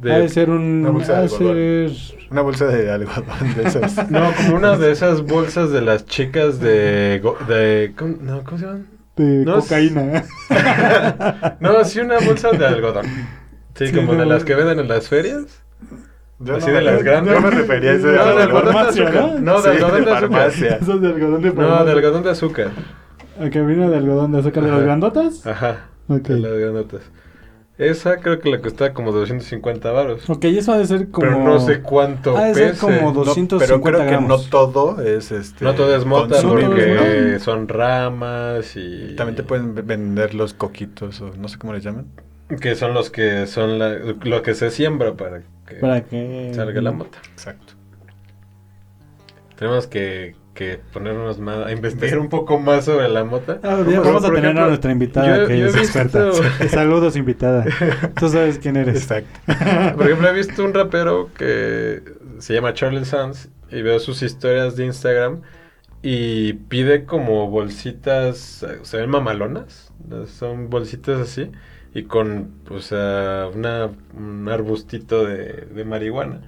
De-
Ha de ser un.
Una bolsa
ha
de
de ser-
Una bolsa de algodón de esas.
No, como una de esas bolsas de las chicas de. go- de ¿cómo, no, ¿cómo se llaman?
de
No, es-
cocaína. ¿eh?
No, sí, una bolsa de algodón. Sí,
Sí,
como
no.
de las que venden en las ferias.
Yo
Así de las grandes.
Yo me refería a ese
No, de
algodón.
algodón de farmacia,
azúcar.
¿no?
No, de
Sí,
algodón de azúcar.
farmacia.
Esos de algodón de
No, de algodón de azúcar.
Que viene de algodón de azúcar de
Ajá.
las grandotas.
Ajá.
Ok.
De las grandotas. Esa creo que le costaba como 250 varos.
Ok, eso ha de ser como.
Pero no sé cuánto
Ha de ser
pese.
como
No,
250
pero creo que no
gramos.
todo es este.
No todo es mota
Consumo,
consumible,
porque
¿no?
son ramas y...
¿no? También te pueden v- vender los coquitos o no sé cómo les llaman.
Que son los que son la- lo que se siembra para que
Para que.
salga la mota.
Exacto.
Tenemos que, que ponernos más... A investigar un poco más sobre la mota.
Ah, ya
Pero,
vamos a
por
tener
ejemplo,
a nuestra invitada
yo-
que
yo he
es experta.
visto-
Saludos, invitada. Tú sabes quién eres.
Exacto.
Por ejemplo, he visto un rapero que se llama Charles Sands y veo sus historias de Instagram y pide como bolsitas, eh, se ven mamalonas, ¿no? son bolsitas así y con, o sea, una- un arbustito de, de marihuana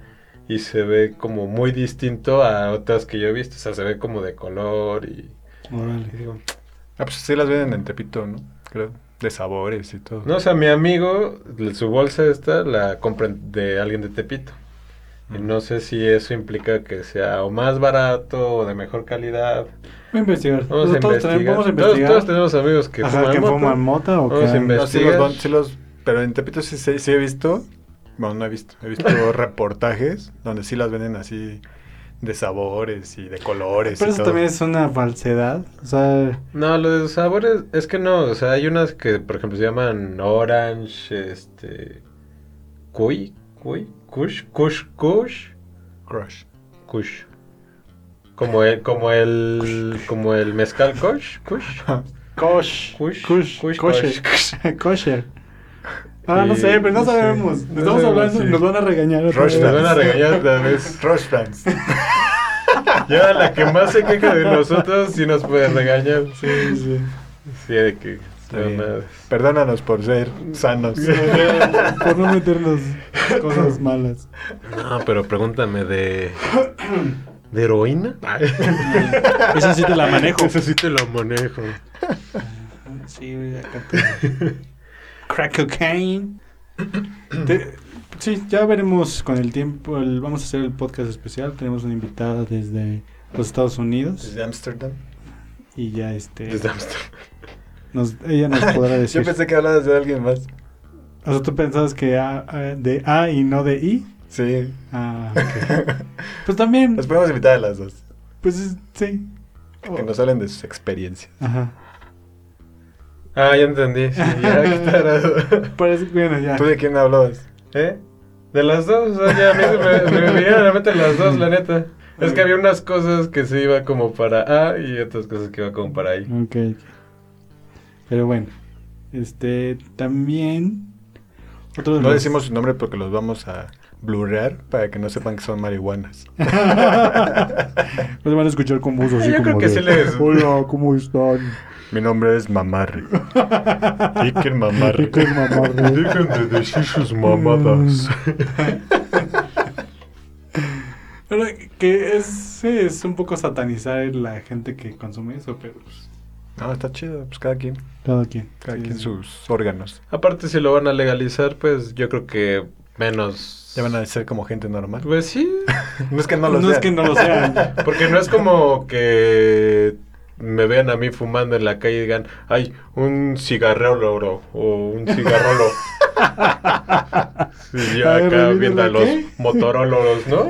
y se ve como muy distinto a otras que yo he visto, o sea, se ve como de color y,
Órale.
y digo,
Ah, pues sí las venden en Tepito, ¿no? Creo. De sabores y
pues,
todo.
no, o sea, mi amigo, su bolsa esta la compra de alguien de Tepito. Y No sé si eso implica que sea o más barato o de mejor calidad.
Voy a investigar.
Vamos a
Nosotros Pues todos
investigar.
tenemos- vamos a
Todos-
investigar.
Todos, tenemos amigos que
Ajá,
fuman
que
mota.
fuman mota o
Vamos a
que.
investigar.
No, sí los,
¿Investigas?
van- sí los- pero en Tepito sí, sí, sí he visto, bueno, no he visto, he visto reportajes donde sí las venden así de sabores y de colores
Pero
y
eso
todo.
también es una falsedad. O sea.
No, lo de los sabores es que no. O sea, hay unas que, por ejemplo, se llaman Orange, este. Cuy, Cuy, Kush, Kush, Kush,
Crush.
Kush. Como el, como el, como el mezcal Kush, Kush.
Kosh.
Kush.
Kush.
Kush.
Kosher. Kosher. Ah, no
Sí,
sé, pero no
sí.
sabemos.
No
Estamos
sabemos,
hablando,
sí.
nos van a regañar. otra
Rush
vez.
Nos van a
Dance.
regañar otra vez.
Rush Dance.
Yo a la que más se queja de nosotros sí nos puede regañar. Sí,
Sí, sí.
de que...
Está
no,
bien.
nada.
Perdónanos por ser sanos.
Por no meternos cosas malas.
No, pero pregúntame de... ¿De heroína?
Esa sí te la manejo.
Eso sí te lo manejo.
Sí, güey, acá te- Crack cocaine. Te- Sí, ya veremos con el tiempo. el- vamos a hacer el podcast especial. Tenemos una invitada desde los Estados Unidos.
Desde Ámsterdam.
Y ya este.
Desde Amsterdam.
nos- ella nos podrá decir.
Yo pensé que hablabas de alguien más.
O sea, tú pensabas que A- A- de A y no de I.
Sí.
Ah, ok. Pues también.
Las podemos invitar a las dos.
Pues es- sí. Oh.
Que nos hablen de sus experiencias.
Ajá.
Ah, ya entendí. Sí, ya, qué tarado.
Parece que Pues, bueno, ya.
¿Tú de quién hablabas?
¿Eh? De las dos, o sea, ya a mí se me, me vinieron a la mente las dos, la neta. Es que había unas cosas que se iba como para A y otras cosas que iba como para ahí.
Ok. Pero bueno. Este también. Otro de
No
los-
decimos su nombre porque los vamos a blurrear para que no sepan que son marihuanas.
Los van a escuchar con voz así
Yo creo
como
que
de,
sí les-
Hola, ¿cómo están?
Mi nombre es Mamarre. Iker Mamarre.
Iker Mamarre.
Dejen de decir sus mamadas.
Mm. Pero que es, sí, es un poco satanizar la gente que consume eso, pero pues,
No, está chido. Pues cada quien.
cada quien.
Cada
Sí,
quien
sí.
sus órganos.
Aparte, si lo van a legalizar, pues yo creo que menos.
Ya van a ser como gente normal.
Pues sí.
No es que no lo
No
sean.
es que no lo sean.
Porque no es como que me vean a mí fumando en la calle y digan, ay, un cigarrero bro, o un cigarrolo. Sí, yo
A ver,
acá
repítelo,
viendo a los
¿qué?
motorolos, ¿no?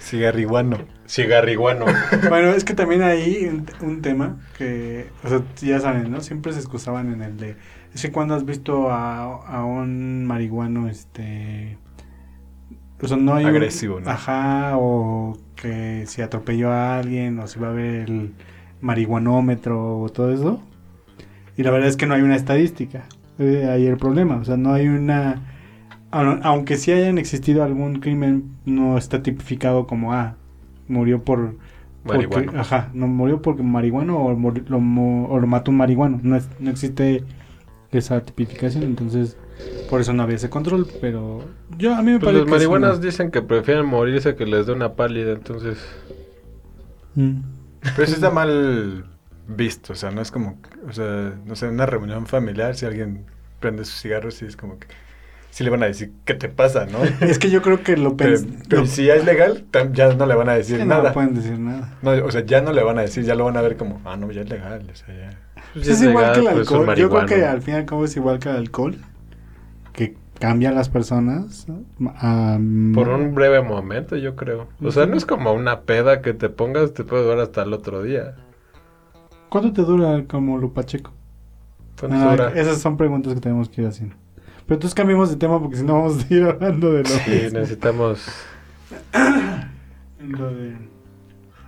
Cigarriguano.
Cigarriguano. Pues
Bueno, es que también hay un, un tema que, o sea, ya saben, ¿no? Siempre se excusaban en el de, es que cuando has visto a, a un marihuano, este, o sea, no hay... un-
Agresivo, ¿no?
Ajá, o que si atropelló a alguien, o si va a haber el marihuanómetro, o todo eso. Y la verdad es que no hay una estadística, eh, ahí el problema, o sea, no hay una... au- Aunque sí hayan existido algún crimen, no está tipificado como, ah, murió por porque-
Marihuana.
ajá, no murió porque marihuano o, mor- lo, mo- o lo mató un marihuano. No, es- no existe esa tipificación, entonces por eso no había ese control. Pero yo a mí me
Pues
parece
los marihuanas
que. es
dicen que prefieren morirse que les dé una pálida, entonces.
una- Mm.
Pero eso está mal visto, o sea, no es como, o sea, no sé, en una reunión familiar, si alguien prende sus cigarros y es como que, sí le van a decir, ¿qué te pasa, no?
Es que yo creo que lo
pero,
pensé.
pero si ya es legal, tam- ya no le van a decir
no pues.
nada.
pueden decir nada.
No, o sea, ya no le van a decir, ya lo van a ver como, ah, no, ya es legal, o sea, ya.
pues,
es, igual
legal,
que el
pues, son
alcohol. Yo creo que
marihuano.
al fin y al cabo es igual que el alcohol, que cambia a las personas. ¿no? Ah, mm, A-
Por un breve momento, yo creo. O sea, no es como una peda que te pongas, te puede durar hasta el otro día.
¿Cuánto te dura como lo pacheco?
¿Cuánto
Ah,
Pues dura?
Esas son preguntas que tenemos que ir haciendo. Pero entonces cambiemos de tema porque si no vamos a ir hablando de lo,
Sí, necesitamos.
lo de...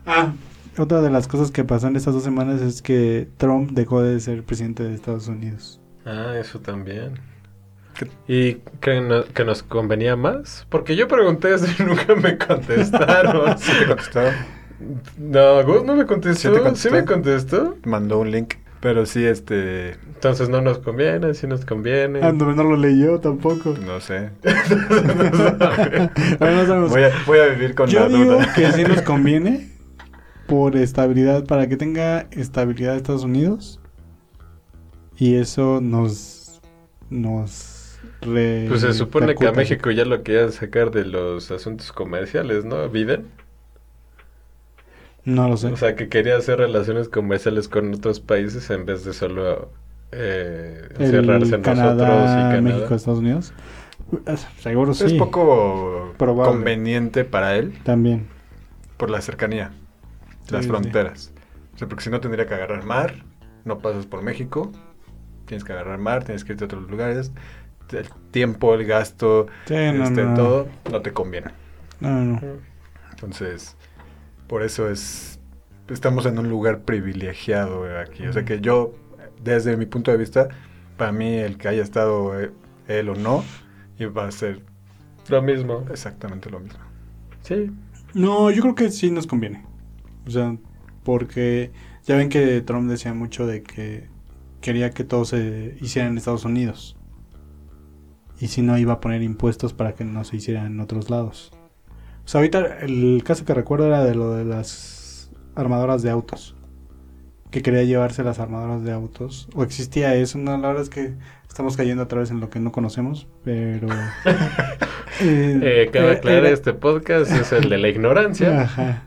Ah, otra de las cosas que pasan estas dos semanas es que Trump dejó de ser presidente de Estados Unidos.
Ah, eso también.
¿Qué?
¿Y creen no- que nos convenía más? Porque yo pregunté eso y nunca me contestaron.
¿Sí te contestaron?
No, Gus no me
¿Sí
contestó. ¿Sí,
te contestó?
me contestó?
Mandó un link, pero sí, este,
Entonces no nos conviene, sí nos conviene.
Ah, no, no lo leyó tampoco.
no sé.
Bueno, no sabemos.
Voy a, voy a vivir con
Yo
la
digo
duda.
que sí nos conviene por estabilidad, para que tenga estabilidad Estados Unidos. Y eso nos... nos re-
Pues se supone que a
repercute.
México ya lo querían sacar de los asuntos comerciales, ¿no? Biden.
No lo sé.
O sea, que quería hacer relaciones comerciales con otros países en vez de solo eh,
El
encerrarse en
Canadá,
nosotros y Canadá.
México, Estados Unidos. Eh, Seguro sí.
Es poco
Probable.
conveniente para él
También.
por la cercanía,
Sí,
las
sí.
fronteras. O sea, porque si no tendría que agarrar mar, no pasas por México, tienes que agarrar mar, tienes que irte a otros lugares. El tiempo, el gasto,
Sí, no,
este,
no,
todo, no te conviene.
no, no, no.
Entonces, por eso es. Estamos en un lugar privilegiado eh, aquí. O sea que yo, desde mi punto de vista, para mí el que haya estado eh, él o no, va a ser
Lo mismo.
exactamente lo mismo.
Sí.
No, yo creo que sí nos conviene. O sea, porque ya ven que Trump decía mucho de que quería que todo se hiciera en Estados Unidos. Y si no, iba a poner impuestos para que no se hiciera en otros lados. O sea, ahorita el caso que recuerdo era de lo de las armadoras de autos. Que quería llevarse las armadoras de autos. O existía eso. No, la verdad es que estamos cayendo otra vez en lo que no conocemos. Pero.
Eh, cabe
eh,
aclarar,
era-
este podcast es el de la
Ah.
ignorancia.
Ajá.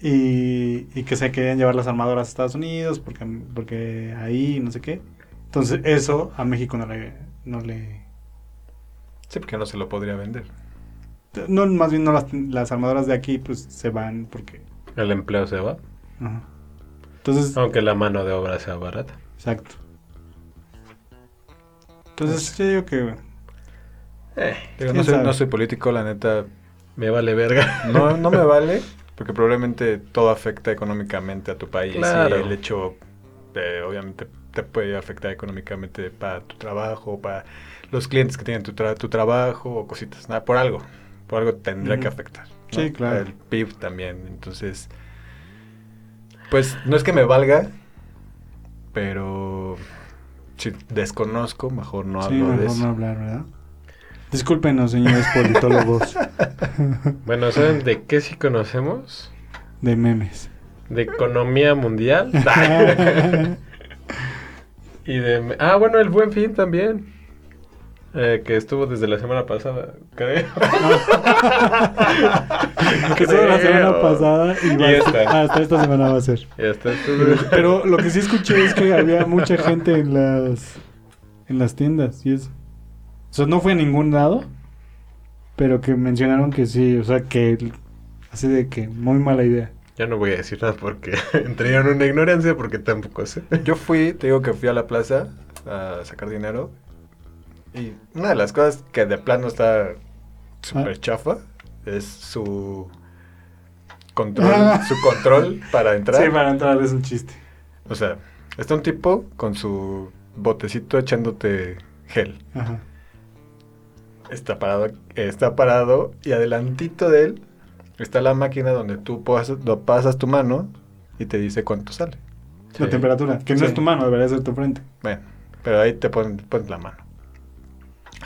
Y, y que se querían llevar las armadoras a Estados Unidos porque, porque ahí no sé qué. Entonces eso a México no le, no le...
Sí, porque no se lo podría vender.
No, más bien no las, las armadoras de aquí pues se van porque...
El empleo se va,
ajá. Entonces...
aunque la mano de obra sea barata.
Exacto.
Pues,
Entonces yo digo que...
Eh,
Digo, no,
¿Quién
soy,
sabe?
no soy político, la neta.
me vale verga.
No, no me vale, porque probablemente todo afecta económicamente a tu país.
Claro.
Y el hecho, eh, obviamente, te puede afectar económicamente para tu trabajo, para los clientes que tienen tu, tra- tu trabajo o cositas. Nada, por algo. Por algo tendría que
Ujú.
afectar. ¿no?
Sí, claro.
El PIB también. Entonces, pues no es que me valga, pero si desconozco, mejor no
sí,
hablo de
mejor
eso.
no hablar, ¿verdad? Discúlpenos, señores politólogos
Bueno, ¿saben de qué sí conocemos?
de memes.
De economía mundial. y de... Ah, bueno, el buen fin también. Eh, que estuvo desde la semana pasada, creo.
que estuvo la semana
Creo.
pasada y, va
Y
a ser-
esta.
hasta esta semana va a ser.
Y hasta esto-
Pero lo que sí escuché es que había mucha gente en las en las tiendas y eso. O sea, no fue a ningún lado, pero que mencionaron que sí, o sea, que el- así de que muy mala idea.
Ya no voy a decir nada porque entré en una ignorancia porque tampoco sé.
Yo fui, te digo que fui a la plaza a sacar dinero. Y una de las cosas que de plano está súper
Ah.
chafa es su control,
Ah.
su control para entrar.
entrar es un chiste.
O sea, está un tipo con su botecito echándote gel.
Ajá.
Está parado, está parado y adelantito de él está la máquina donde tú pasas, lo pasas tu mano y te dice cuánto sale.
La
Sí.
temperatura, que no
Sí.
es tu mano, debería ser tu frente.
Bueno, pero ahí te ponen, pones la mano.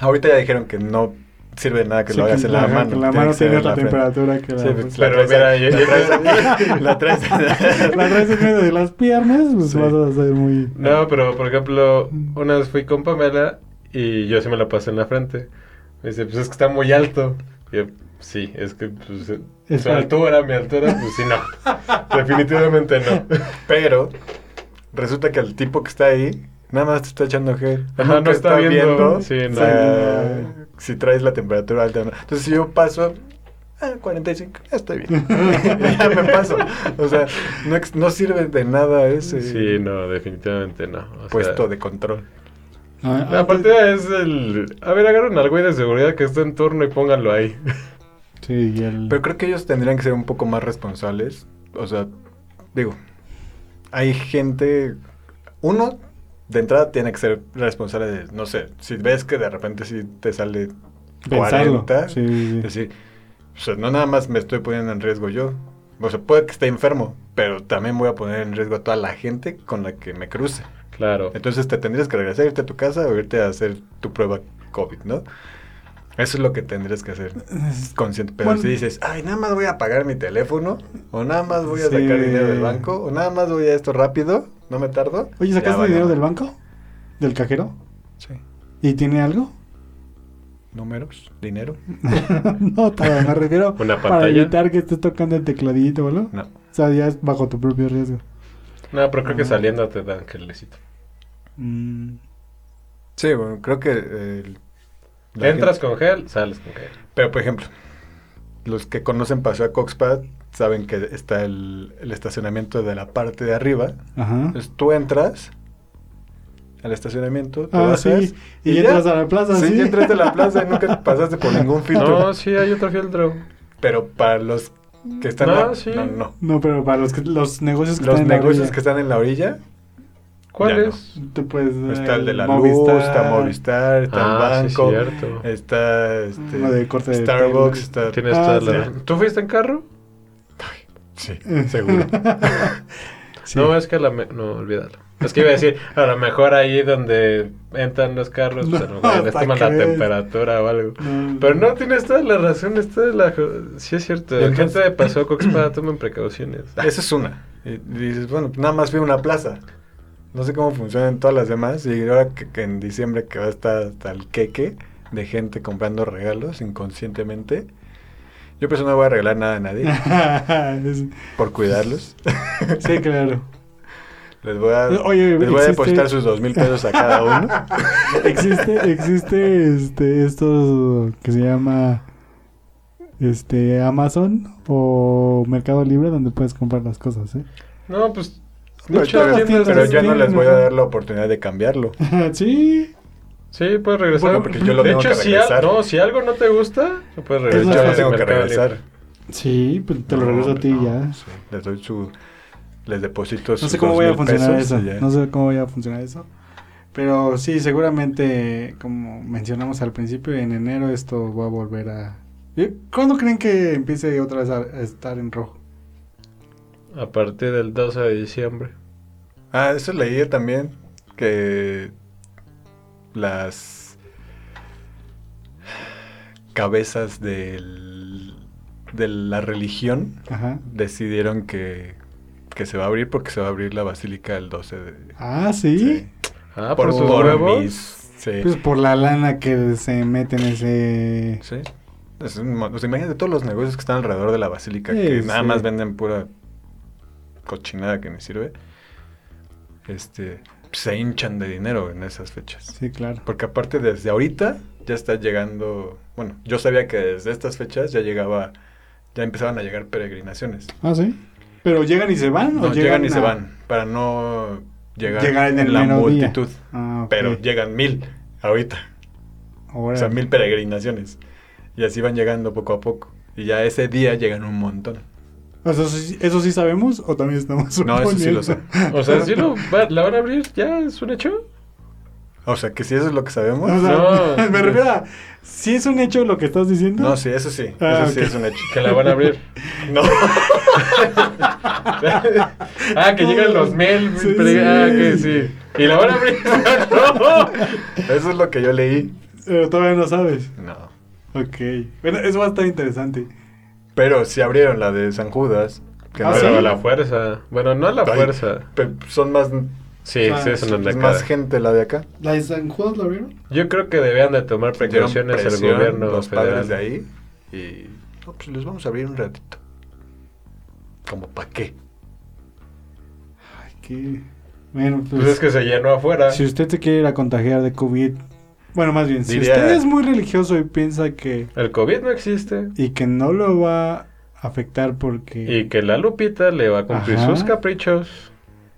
Ahorita ya dijeron que no sirve de nada que
Sí,
lo hagas en la
ajá,
mano.
que la
tiene
mano
que ser
tiene
en
la,
frente.
temperatura que la,
Sí, pues,
Pero
la
mira, yo-
traes
yo-
aquí, la traes aquí, la traes.
la traes en medio de las piernas, pues
Sí.
vas a ser muy...
No, pero por ejemplo, una vez fui con Pamela y yo sí me la pasé en la frente. Me dice, pues es que está muy alto. Y yo, sí, es que pues, eh,
Es
su
alto.
altura, mi altura, pues sí, no. Definitivamente no.
Pero resulta que el tipo que está ahí nada más te está echando gel.
Ajá, no
Nunca
está viendo. Sí, no.
o sea, si traes la temperatura alta. o no. Entonces si yo paso. Ah, 45, ya estoy bien. ya me paso. O sea, no, ex- no sirve de nada ese
Sí, no, definitivamente no. O sea,
puesto de control.
Ah, ah,
Aparte es el... A ver, agarren al güey de seguridad que está en turno y pónganlo ahí.
Sí, y el...
Pero creo que ellos tendrían que ser un poco más responsables. O sea, digo, hay gente. Uno, de entrada, tiene que ser responsable de. No sé, si ves que de repente si te sale
pensarlo.
40,
Sí, sí, sí.
decir, o sea, no nada más me estoy poniendo en riesgo yo. O sea, puede que esté enfermo, pero también voy a poner en riesgo a toda la gente con la que me cruce.
Claro.
Entonces te tendrías que regresar, irte a tu casa o irte a hacer tu prueba COVID, ¿no? Eso es lo que tendrías que hacer consciente, pero
Bueno.
si dices, ay, nada más voy a pagar mi teléfono, o nada más voy a
Sí.
sacar dinero del banco, o nada más voy a esto rápido, no me tardo.
Oye,
ya
¿sacaste
valió.
dinero del banco? ¿Del cajero?
Sí.
¿Y tiene algo?
Números, dinero.
no, todavía me refiero
Una
para
pantalla.
evitar que estés tocando el tecladito, ¿verdad?
No.
O sea, ya es bajo tu propio riesgo.
No, pero creo que
Ah.
saliendo te dan gelecito.
Mm,
Sí, bueno, creo que... eh, la
Entras
gente-
con gel, sales con gel.
Pero, por ejemplo, los que conocen Paseo a Coxpad saben que está el, el estacionamiento de la parte de arriba.
Ajá.
Entonces tú entras al estacionamiento, te
Ah,
bajas,
sí. Y,
ya.
entras a la plaza, sí.
Sí, ya entraste a la plaza y nunca pasaste por ningún filtro.
No, sí, hay otro filtro.
Pero para los que están...
No,
a-
Ah, sí.
no, no.
No, pero para los, que- los negocios que
Los
están en la
negocios
orilla,
que están en la orilla.
¿Cuál
Ya no.
es?
Te puedes, eh,
Está el de la
Movistar,
luz, está Movistar, está
Ah,
el
sí,
banco,
cierto.
está este,
Uno de corte de
Starbucks,
pelo.
está...
Tienes
Ah,
toda
sí.
la- ¿Tú fuiste en carro?
Sí, seguro.
Sí.
No, es que a la... me- No, olvídalo. Es que iba a decir, a lo mejor ahí donde entran los carros, pues, a lo
No,
mejor les
¿pa'
toman
qué
la
ves?
temperatura o algo.
No,
Pero no, tienes toda la razón, está la... jo- Sí es cierto, la
Entonces-
gente de Paso Coxpa, tomen precauciones.
Esa es una. Y, y dices, bueno, pues nada más fui a una plaza. No sé cómo funcionan todas las demás. Y ahora que, que en diciembre que va a estar hasta el queque de gente comprando regalos inconscientemente. Yo pues no voy a regalar nada a nadie por cuidarlos.
sí, claro.
Les voy a, les
Oye,
voy a
existe-
depositar sus dos mil pesos a cada uno.
Existe, existe este, esto que se llama este Amazon o Mercado Libre donde puedes comprar las cosas, ¿eh?
No, pues...
Pero,
muchas
todas las
tiendas
pero yo no
tienen,
les voy a
ajá.
dar la oportunidad de cambiarlo.
sí,
Sí, puedes regresar.
Bueno, porque yo lo
de
tengo
hecho,
que
si al-
regresar. Pues
no, si algo no te gusta, lo puedes
Yo
regresar.
más
lo
fácil
tengo que
Mercado Libre.
regresar.
sí, pues te lo
No,
regreso a
hombre,
ti
no,
ya.
sí. Les doy su... Les deposito
No
sus
sé cómo
dos
voy a
mil
funcionar
pesos
eso.
y ya.
No sé cómo voy a funcionar eso. Pero sí, seguramente, como mencionamos al principio, en enero esto va a volver a. ¿Y ¿Cuándo creen que empiece otra vez a a estar en rojo?
A partir del 12 de diciembre.
Ah, eso leí también. Que las cabezas del- de la religión
Ajá.
decidieron que, que se va a abrir porque se va a abrir la basílica el 12 de...
Ah, sí.
Ah, por, sus
por
huevos.
mis- sí.
Pues por la lana que se mete en ese.
Sí. Es un mon- o sea, imagínate todos los negocios que están alrededor de la basílica,
Sí,
que nada
sí.
más venden pura cochinada que me sirve. Este, se hinchan de dinero en esas fechas.
Sí, claro.
Porque aparte desde ahorita ya está llegando, bueno, yo sabía que desde estas fechas ya llegaba, ya empezaban a llegar peregrinaciones.
Ah, sí. Pero llegan y se van.
No,
o
llegan, y se
a-
van para no llegar,
Llegar en el
la
mero día.
multitud,
Ah, ok.
pero llegan mil ahorita. O
Órale.
sea, mil peregrinaciones. Y así van llegando poco a poco. Y ya ese día llegan un montón.
O sea, ¿Eso, sí, eso sí sabemos o también estamos
No, eso sí lo sé.
suponiendo?
O sea, si lo va- la van a abrir, ya es un hecho.
O sea, que si eso es lo que sabemos.
O sea,
No.
me refiero a. Si es un hecho lo que estás diciendo.
No, sí, eso sí.
Ah,
eso sí
ok.
es un hecho.
Que la van a abrir.
No.
ah, que llegan los mil.
Sí,
pero- Ah,
sí.
que sí. Y la van a abrir. no.
Eso es lo que yo leí.
Pero todavía no sabes.
No.
Ok. Bueno, eso va a estar interesante.
Pero sí abrieron la de San Judas. Que
Ah,
no
Pero
¿sí?
era
a la fuerza. Bueno, no a la
Ay,
fuerza.
pe- Son más.
Sí,
Ah,
sí, es una
es
nacada.
más gente la de acá.
¿La de San Juan la vieron?
Yo creo que debían de tomar
Dieron
precauciones el
presión
gobierno
Los
federal.
padres de ahí. Y. No, pues les vamos a abrir un ratito. ¿Como para qué?
Ay, qué. Bueno, pues.
Pues es que se llenó afuera.
Si usted se quiere ir a contagiar de COVID. Bueno, más bien, si
Diría-
usted es muy religioso y piensa que.
El COVID no existe.
Y que no lo va a afectar porque.
Y que la Lupita le va a cumplir
Ajá.
sus caprichos.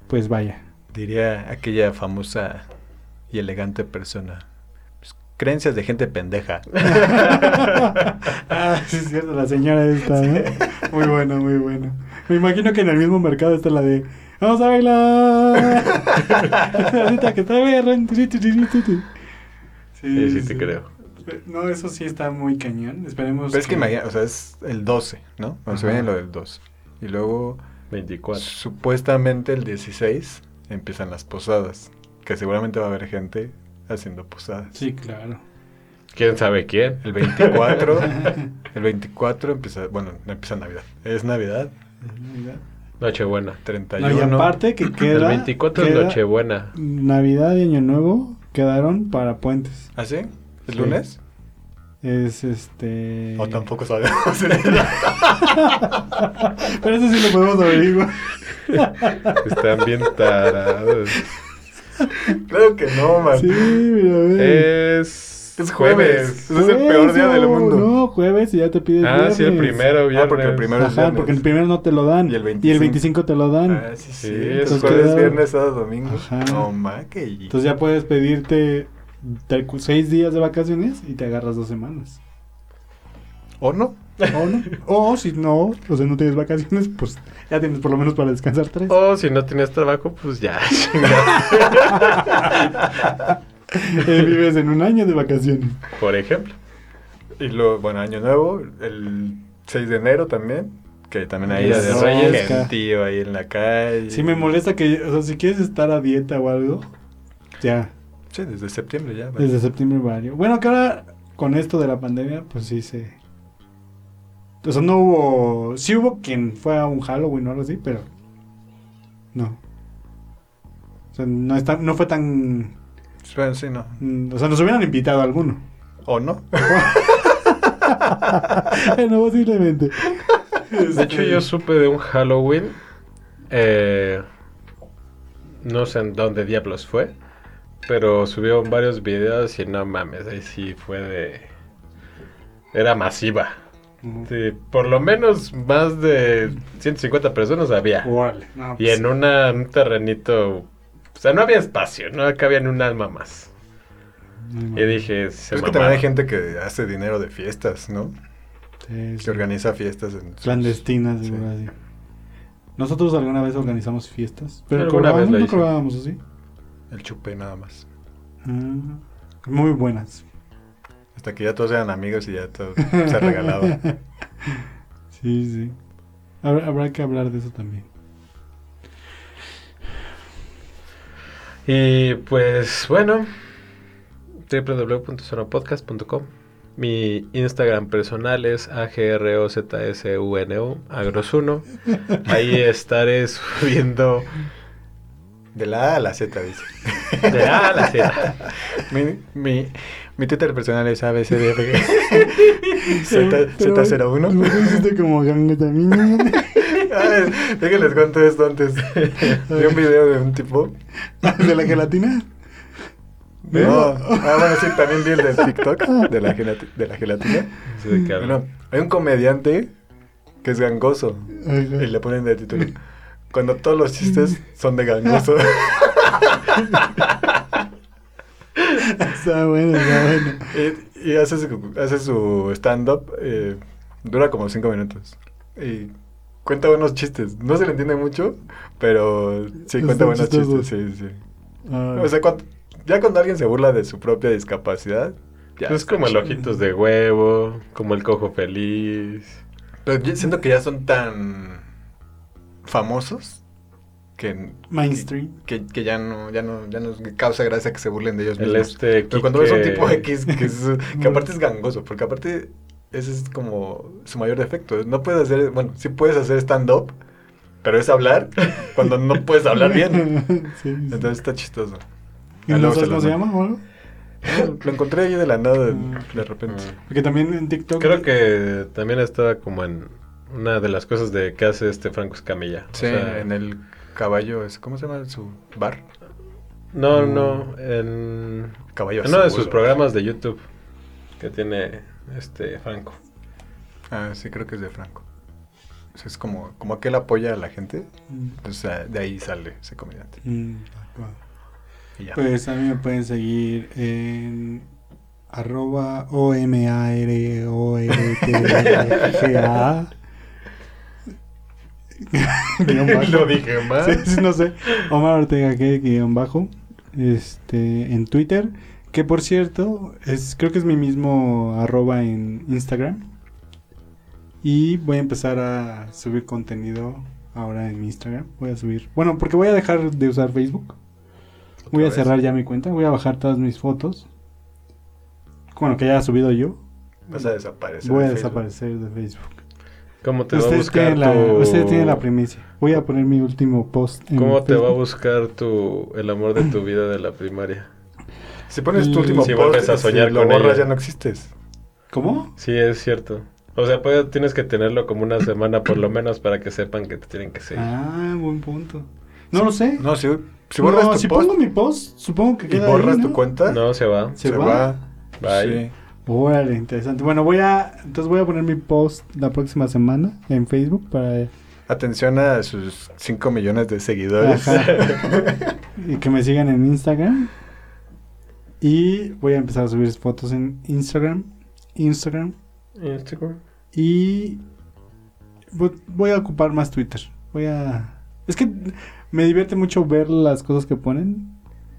Pues vaya.
Diría aquella famosa y elegante persona. "Pues, creencias de gente pendeja.
ah, sí, es cierto, la señora esta, ¿no? Muy bueno, muy bueno. Me imagino que en el mismo mercado está la de. ¡Vamos a bailar! Ahorita que está bien, rin, rin, rin, rin, rin.
Eh, Sí, sí, te creo.
No, eso sí está muy cañón. Esperemos.
Pero es que imagina, o sea, es el 12, ¿no? O sea, se
Ajá.
viene lo del 12. Y luego,
24.
supuestamente el 16 empiezan las posadas. Que seguramente va a haber gente haciendo posadas.
Sí, claro.
¿Quién sabe quién?
El 24, el 24 empieza, bueno, no empieza Navidad. Es Navidad,
Nochebuena.
31.
No, y aparte que
El
queda.
24 es
queda
Nochebuena.
Navidad y Año Nuevo quedaron para puentes.
¿Ah, sí? ¿El
Sí.
lunes?
Es este.
O tampoco sabemos.
Pero eso sí lo podemos averiguar.
Están bien tarados.
claro que no, man.
Sí, mira, a ver.
Es.
Es jueves. Eh, Es el
Jueves,
peor día
no,
del mundo.
No, jueves y ya te pides
Ah, sí, el
viernes.
primero, viernes.
Ah, porque el primero es
Ajá,
viernes.
porque el primero no te lo dan.
Y el
25 te lo dan.
Ah, sí, sí.
Sí,
Entonces,
es
jueves,
jueves.
viernes, sábado, domingo.
Ajá.
No, ma, que...
Entonces ya puedes pedirte te- seis días de vacaciones y te agarras dos semanas.
¿O no?
O, no. o si no, o sea, no tienes vacaciones, pues ya tienes por lo menos para descansar tres.
O Oh, si no tienes trabajo, pues ya.
Eh, vives en un año de vacaciones.
Por ejemplo.
Y luego, bueno, año nuevo, el 6 de enero también, Que también hay de
Rosca.
Reyes, gentío ahí en la calle.
Sí me molesta que, o sea, si quieres estar a dieta o algo, ya,
Sí, desde septiembre ya. vale.
desde septiembre vario. Bueno, que ahora con esto de la pandemia, pues sí se... O sea, no hubo... Sí hubo quien fue a un Halloween o algo así, pero... No. O sea, no, es tan- no fue tan...
Bueno, sí, no.
mm, O sea, nos hubieran invitado a alguno.
¿O no?
no, posiblemente.
De hecho, yo supe de un Halloween. eh, no sé en dónde diablos fue. Pero subieron varios videos y no mames, ahí sí fue de. Era masiva. Sí, por lo menos más de 150 personas había.
Órale. No,
Y en una- un terrenito. O sea, no había espacio, no cabía ni un alma más. Y dije, se
es que también
mamaron.
hay gente que hace dinero de fiestas, ¿no? Que organiza fiestas en sus-
Clandestinas,
Sí.
seguro, así. Nosotros alguna vez organizamos fiestas. Pero
Alguna vez
cobrábamos,
lo
no
hice.
cobrábamos así.
El chupe nada más.
Ah, muy buenas.
Hasta que ya todos eran amigos y ya todo se regalaba.
sí, sí. Habrá, habrá que hablar de eso también.
Y pues bueno, www.sonopodcast.com. Mi Instagram personal es agrozsuno, agrosuno. Ahí estaré subiendo
De la A a la Z, dice.
de A a la Z.
Mi, mi, mi Twitter personal es ABCDFG.
Pero- pero-
Z,
Lo
Z01.
hiciste como ganga también.
Ah, es, es que les cuento esto antes. Vi un video de un tipo.
¿De la gelatina? ¿Eh?
No. Ah, bueno, sí, también vi el de TikTok,
Ah.
de la, gelati- de la gelatina.
Sí, de que hablo.
Bueno, hay un comediante que es gangoso.
Ajá.
Y le ponen de título. Cuando todos los chistes son de gangoso.
Está bueno, está bueno.
y y hace su, hace su stand-up. eh, dura como cinco minutos. Y cuenta buenos chistes. No se le entiende mucho, pero sí cuenta
Están
buenos
chistosos.
chistes. Sí, sí.
Ah,
O sea, cuando- ya cuando alguien se burla de su propia discapacidad. pues, Ya
es como el ojitos de huevo, como el cojo feliz.
Pero yo siento que ya son tan famosos que,
Ah, Mainstream.
que, que ya no ya no ya no causa gracia que se burlen de ellos
El
mismos.
este
Pero cuando ves un
Quique-
tipo X que, es- que aparte es gangoso, porque aparte ese es como su mayor defecto. No puedes hacer, bueno, sí puedes hacer stand-up, pero es hablar cuando no puedes hablar bien.
Sí, sí.
Entonces está chistoso.
¿Y
Ah,
no
luego
sabes
se
cómo
los
se
mando.
llama o algo?
Lo encontré ahí de la nada de, de repente.
Mm.
Porque también en TikTok.
Creo que también estaba como en una de las cosas de que hace este Franco Escamilla. O
Sí,
sea,
en el caballo, es- ¿cómo se llama su bar?
No, no, en
Mm. Caballo
en uno de
Azul.
sus programas de YouTube que tiene este Franco.
Ah, sí, creo que es de Franco. O sea, es como, como aquel apoya a la gente.
Mm.
Entonces ah, de ahí sale ese comediante.
Mm, wow.
Y ya.
Pues a mí me pueden seguir en arroba o m a r o r t g a guión bajo.
Lo dije mal.
Sí, sí, no sé. Omar Ortega que guión bajo. Este, en Twitter. Que por cierto, es, creo que es mi mismo arroba en Instagram. Y voy a empezar a subir contenido ahora en mi Instagram. Voy a subir. Bueno, porque voy a dejar de usar Facebook.
Otra
Voy a
vez.
cerrar ya mi cuenta. Voy a bajar todas mis fotos. Bueno, que ya ha subido yo.
Vas a desaparecer.
Voy a
de Facebook.
desaparecer de Facebook.
¿Cómo te va a
Ustedes
buscar
tienen, la,
tu
ustedes tienen la primicia. Voy a poner mi último post. en
¿Cómo te va a
Facebook.
buscar tu el amor de tu vida de la primaria?
Si pones
Mm,
tu último
Si
post,
vuelves a
si
soñar
lo
con
borras,
ella.
ya no existes.
¿Cómo?
Sí, es cierto. O sea, pues, tienes que tenerlo como una semana por lo menos para que sepan que te tienen que seguir.
Ah, buen punto. No lo sé.
Este, No, si, si borras
No,
tu
si
post
pongo mi post, supongo que
y
queda
borras
ahí, ¿no?
tu cuenta,
No se va.
se va.
Bye.
Sí.
Órale, interesante. Bueno, voy a entonces voy a poner mi post la próxima semana en Facebook para eh,
Atención a sus 5 millones de seguidores.
Ajá. y que me sigan en Instagram. Y voy a empezar a subir fotos en Instagram, Instagram
Instagram.
y vo- voy a ocupar más Twitter. Voy a Es que me divierte mucho ver las cosas que ponen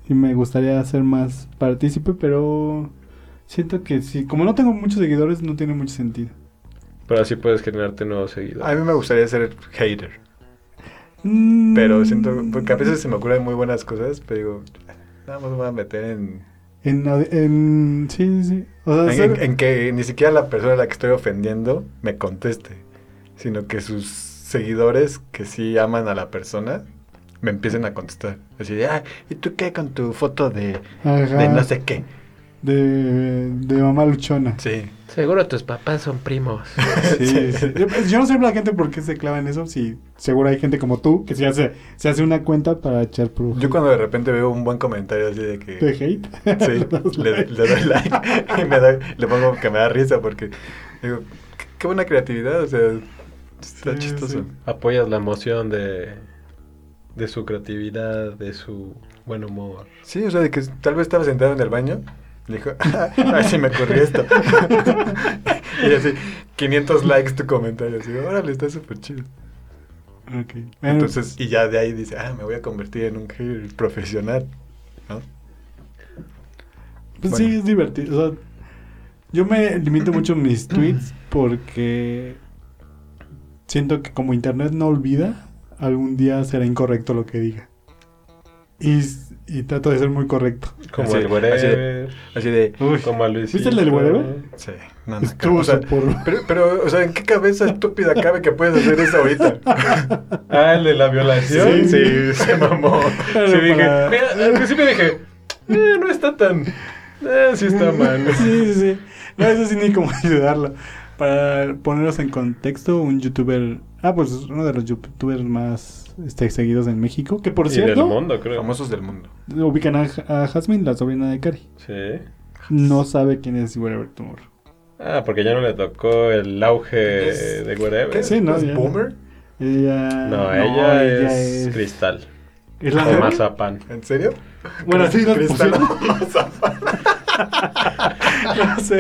y me gustaría ser más partícipe, pero siento que si como no tengo muchos seguidores no tiene mucho sentido.
Pero así puedes generarte nuevos seguidores.
A mí me gustaría ser hater.
Mm.
Pero siento. Porque a veces se me ocurren muy buenas cosas, pero digo. Nada más me voy a meter en.
En, audi- en- sí, sí, sí. O sea,
En,
ser-
en- en que ni siquiera la persona a la que estoy ofendiendo me conteste. Sino que sus seguidores que sí aman a la persona me empiecen a contestar. Así de, ah, ¿y tú qué con tu foto de,
Ajá,
de no sé qué?
de, de mamá luchona.
Sí.
Seguro tus papás son primos.
Sí, sí. Yo, pues, yo no sé la gente por qué se clava en eso. Si seguro hay gente como tú que se hace, se hace una cuenta para echar pro.
Yo cuando de repente veo un buen comentario así de que...
¿De hate?
Sí, le, le doy like y me doy- le pongo que me da risa porque digo, qué, qué buena creatividad, o sea, está
Sí,
chistoso.
sí.
Apoyas la emoción de, de su creatividad, de su buen humor.
Sí, o sea, de que tal vez estaba sentado en el baño, le dijo, ay, se me ocurrió esto. y así, 500 likes tu comentario, así, órale, está súper chido.
Ok. Bueno,
Entonces, y ya de ahí dice, ah, me voy a convertir en un hater profesional, ¿no?
Pues sí,
Bueno.
es divertido. o sea, yo me limito mucho a mis tweets porque siento que como internet no olvida, algún día será incorrecto lo que diga. Y, s- y trato de ser muy correcto.
Como
Así-
el wherever,
Así de,
Uy,
como a Luis.
¿Viste el del wherever?
sí, no, no,
estuvo
o sea,
súper-
pero, pero, o sea, ¿en qué cabeza estúpida cabe que puedes hacer eso ahorita?
Ah, el de la
Sí.
violación. Sí, se mamó.
Pero
sí, dije,
para-
mira, al principio dije, "Eh, no está tan. Eh, sí está mal.
Sí, sí, sí. No, eso sí ni cómo ayudarlo. Para poneros en contexto, un youtuber... Ah, pues es uno de los youtubers más este, seguidos en México. Que por
y
cierto,
del mundo, creo.
Famosos del mundo.
ubican a, a Jasmine, la sobrina de Cari.
Sí.
No sabe quién es Wherever Tomorrow.
Ah, porque ya no le tocó el auge
Es-
de wherever.
Sí, no, ya.
¿Es boomer?
Ella.
No, ella, es, cristal.
es la
de
de-
mazapán.
¿En serio?
Bueno, sí, las
Cristal
pusieron.
Mazapán.
No sé.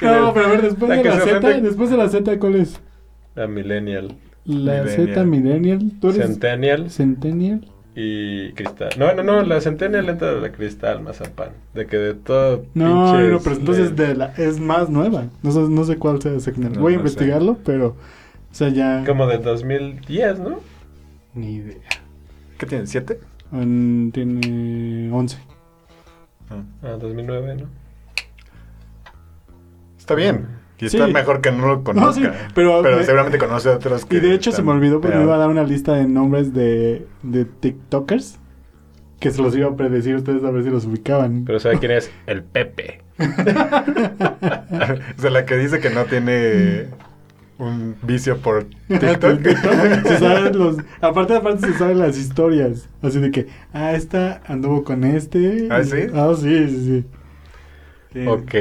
No, pero a ver, después
La
de
que
la
se
Z,
ofende.
después de la Z, ¿cuál es?
La millennial.
La
Millennial.
Z Millennial. ¿Tú eres
Centennial
Centennial?
y cristal. No, no, no, la centennial entra de la cristal mazapán. De que de todo.
No,
pinches
no, pero pues entonces
de-
de la, es más nueva. No sé, no sé cuál sea Centennial.
No,
Voy a
no sé.
investigarlo, pero. O sea, ya.
Como del 2010, ¿no?
Ni idea.
¿Qué tienen? ¿Siete?
Mm, tiene 11.
Ah.
Ah, 2009, ¿no?
Está bien. Y
Mm. Sí.
está mejor que no lo conozca.
No, sí, pero- me-
seguramente conoce a otros que.
Y de hecho se
están
me olvidó porque me
peor.
iba a dar una lista de nombres de, de TikTokers que se los iba a predecir a ustedes a ver si los ubicaban.
Pero ¿sabe quién es? El Pepe.
o sea, la que dice que no tiene un vicio por TikTok.
Mm. se saben los, aparte, aparte se saben las historias. Así de que, ah, esta anduvo con este.
¿Ah, sí?
Ah, sí, sí, sí. Sí.
Ok,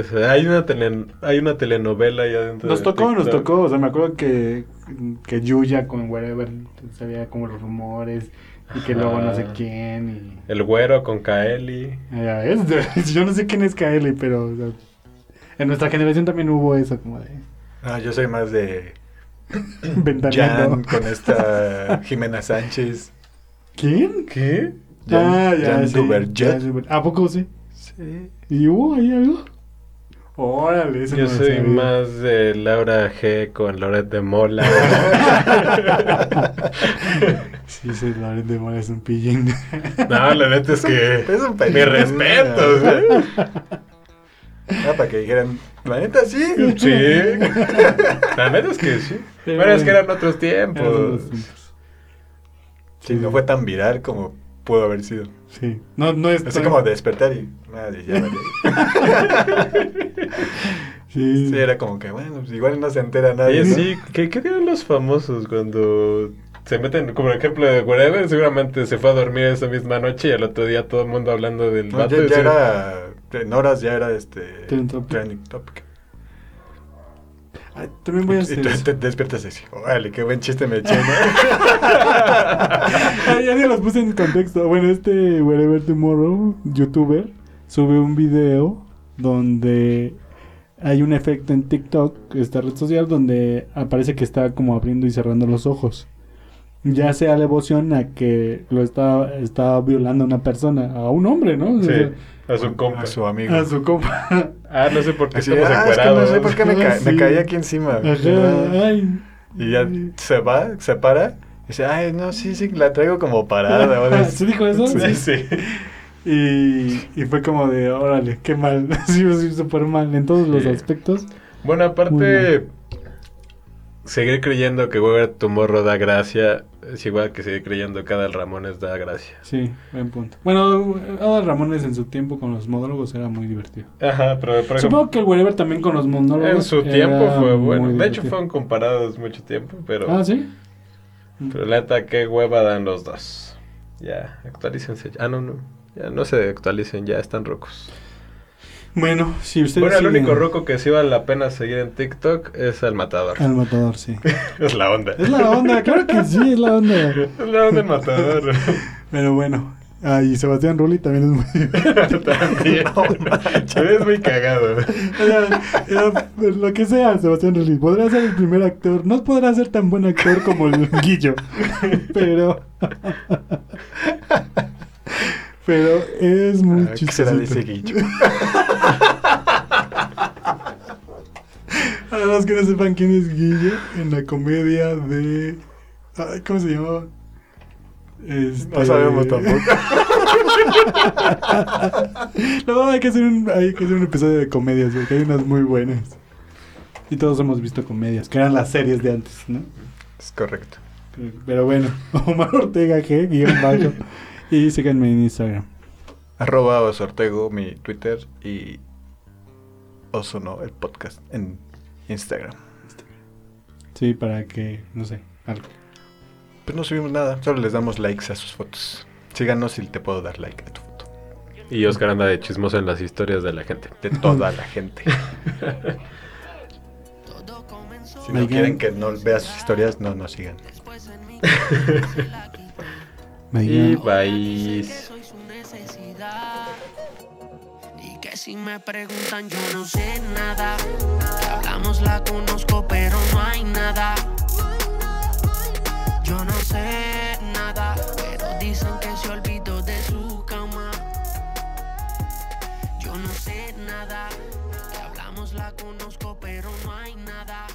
o sea, hay una, telen- hay una telenovela ya dentro
Nos
de
tocó, nos
TikTok.
tocó. O sea, me acuerdo que, que Yuya con Wherever sabía como los rumores y que luego no sé
Ajá.
quién. Y...
El güero con Kaeli.
Ya ves, yo no sé quién es Kaeli, pero o sea, en nuestra generación también hubo eso, como de
No, yo soy más de Jan
ventaneando.
con esta Jimena Sánchez.
¿Quién?
¿Qué?
Jan, Jan
Ah, sí,
Duberjet.
Jan Duber- ¿A poco sí?
Sí.
¿Y hubo ahí algo? Órale, eso
Yo
no lo
soy
sabía.
más de Laura G con Loret de Mola.
Sí, ese Loret de Mola es un pillín.
no, la neta es que.
un
Mis respetos, ¿eh?
Ah, para que dijeran, la neta sí.
Sí. La neta es que sí.
Pero
Bueno, es que
bueno.
eran otros
Eran
tiempos.
los tiempos.
Sí, no fue tan viral como pudo haber sido.
Sí. No, no es
Así
tan-
como despertar y. Madre, ya valió.
Sí.
Sí, era como que, bueno, pues igual no se entera nadie.
Oye,
¿no?
sí, ¿qué, qué tienen los famosos cuando se meten, como el ejemplo de Wherever? Seguramente se fue a dormir esa misma noche y al otro día todo el mundo hablando
Ah,
del
No,
vato.
ya,
y
ya
se-
era. En horas ya era este.
Trending topic.
Trending topic.
Ay, también voy a
Y
hacer
tú
eso.
te despiertas y dices, órale, qué buen chiste me eché, ¿no?
Ah, ya ni los puse en contexto. Bueno, este Wherever Tomorrow, youtuber, sube un video donde hay un efecto en TikTok, esta red social, donde aparece que está como abriendo y cerrando los ojos. ya sea la emoción a que lo está, está violando una persona, a un hombre, ¿no? O
Sí,
sea,
a su compa.
A su amigo.
a su compa.
Ah, no sé por qué
Así de,
estamos
"Ah, es que no
encuerados".
sé por qué me, ca- me
Sí.
caí aquí encima.
Ajá, ay.
Y ya se va, se para. Y dice, ay, no, sí, sí, la traigo como parada. ahora
¿Sí Ah, dijo eso?
Sí, sí.
Y, y fue como de, órale, qué mal. Sí, sí, súper mal en todos los
Sí.
aspectos.
Bueno, aparte, seguir creyendo que Weber Tomorrow da gracia es igual que seguir creyendo que Adal Ramones da gracia.
Sí, buen punto. Bueno, Adal Ramones en su tiempo con los monólogos era muy divertido.
Ajá, pero por
Supongo que el Wherever también con los monólogos.
en su
era
tiempo fue bueno.
muy
De hecho,
divertido.
fueron comparados mucho tiempo, pero,
Ah, sí.
pero la neta, qué hueva dan los dos. Ya, actualícense. Ah, no, no. Ya no se actualicen, ya están rocos.
Bueno, si ustedes.
Bueno, el
siguen
único roco que sí vale la pena seguir en TikTok es el matador.
Al matador, sí.
es la onda.
Es la onda, claro que sí, es la onda.
Es la onda del matador.
Pero bueno. Ah, y Sebastián Rulli también es muy
También.
No manches.
Eres muy cagado.
Era- era lo que sea, Sebastián Rulli. Podrá ser el primer actor. No podrá ser tan buen actor como el Guillo. Pero. Pero es muy
Ah, ¿Qué será de ese
chistosito.
guicho?
Para los que no sepan quién es Guillo, en la comedia de. ay, ¿Cómo se llamaba? Este-
No sabemos tampoco.
No, hay que, hacer un, hay que hacer un episodio de comedias, porque hay unas muy buenas. Y todos hemos visto comedias, que eran las series de antes, ¿no?
Es correcto.
Pero bueno, Omar Ortega G, guión bajo. Y síganme en Instagram.
Arroba Osortego, mi Twitter y Osono, el podcast en Instagram.
Sí, para que, no sé, algo.
Pues no subimos nada, solo les damos likes a sus fotos. Síganos si te puedo dar like a tu foto.
Y Oscar anda de chismoso en las historias de la gente.
De toda la gente.
Todo comenzó
Si no
Oigan.
quieren que no veas sus historias, no nos sigan.
después en mi casa se la quitó.
Me
Y
digan,
Ahora dicen
bye.
que soy su necesidad. Y que si me preguntan, yo no sé nada. Que hablamos la conozco, pero no hay nada. Yo no sé nada, pero dicen que se olvidó de su cama. Yo no sé nada, que hablamos la conozco, pero no hay nada.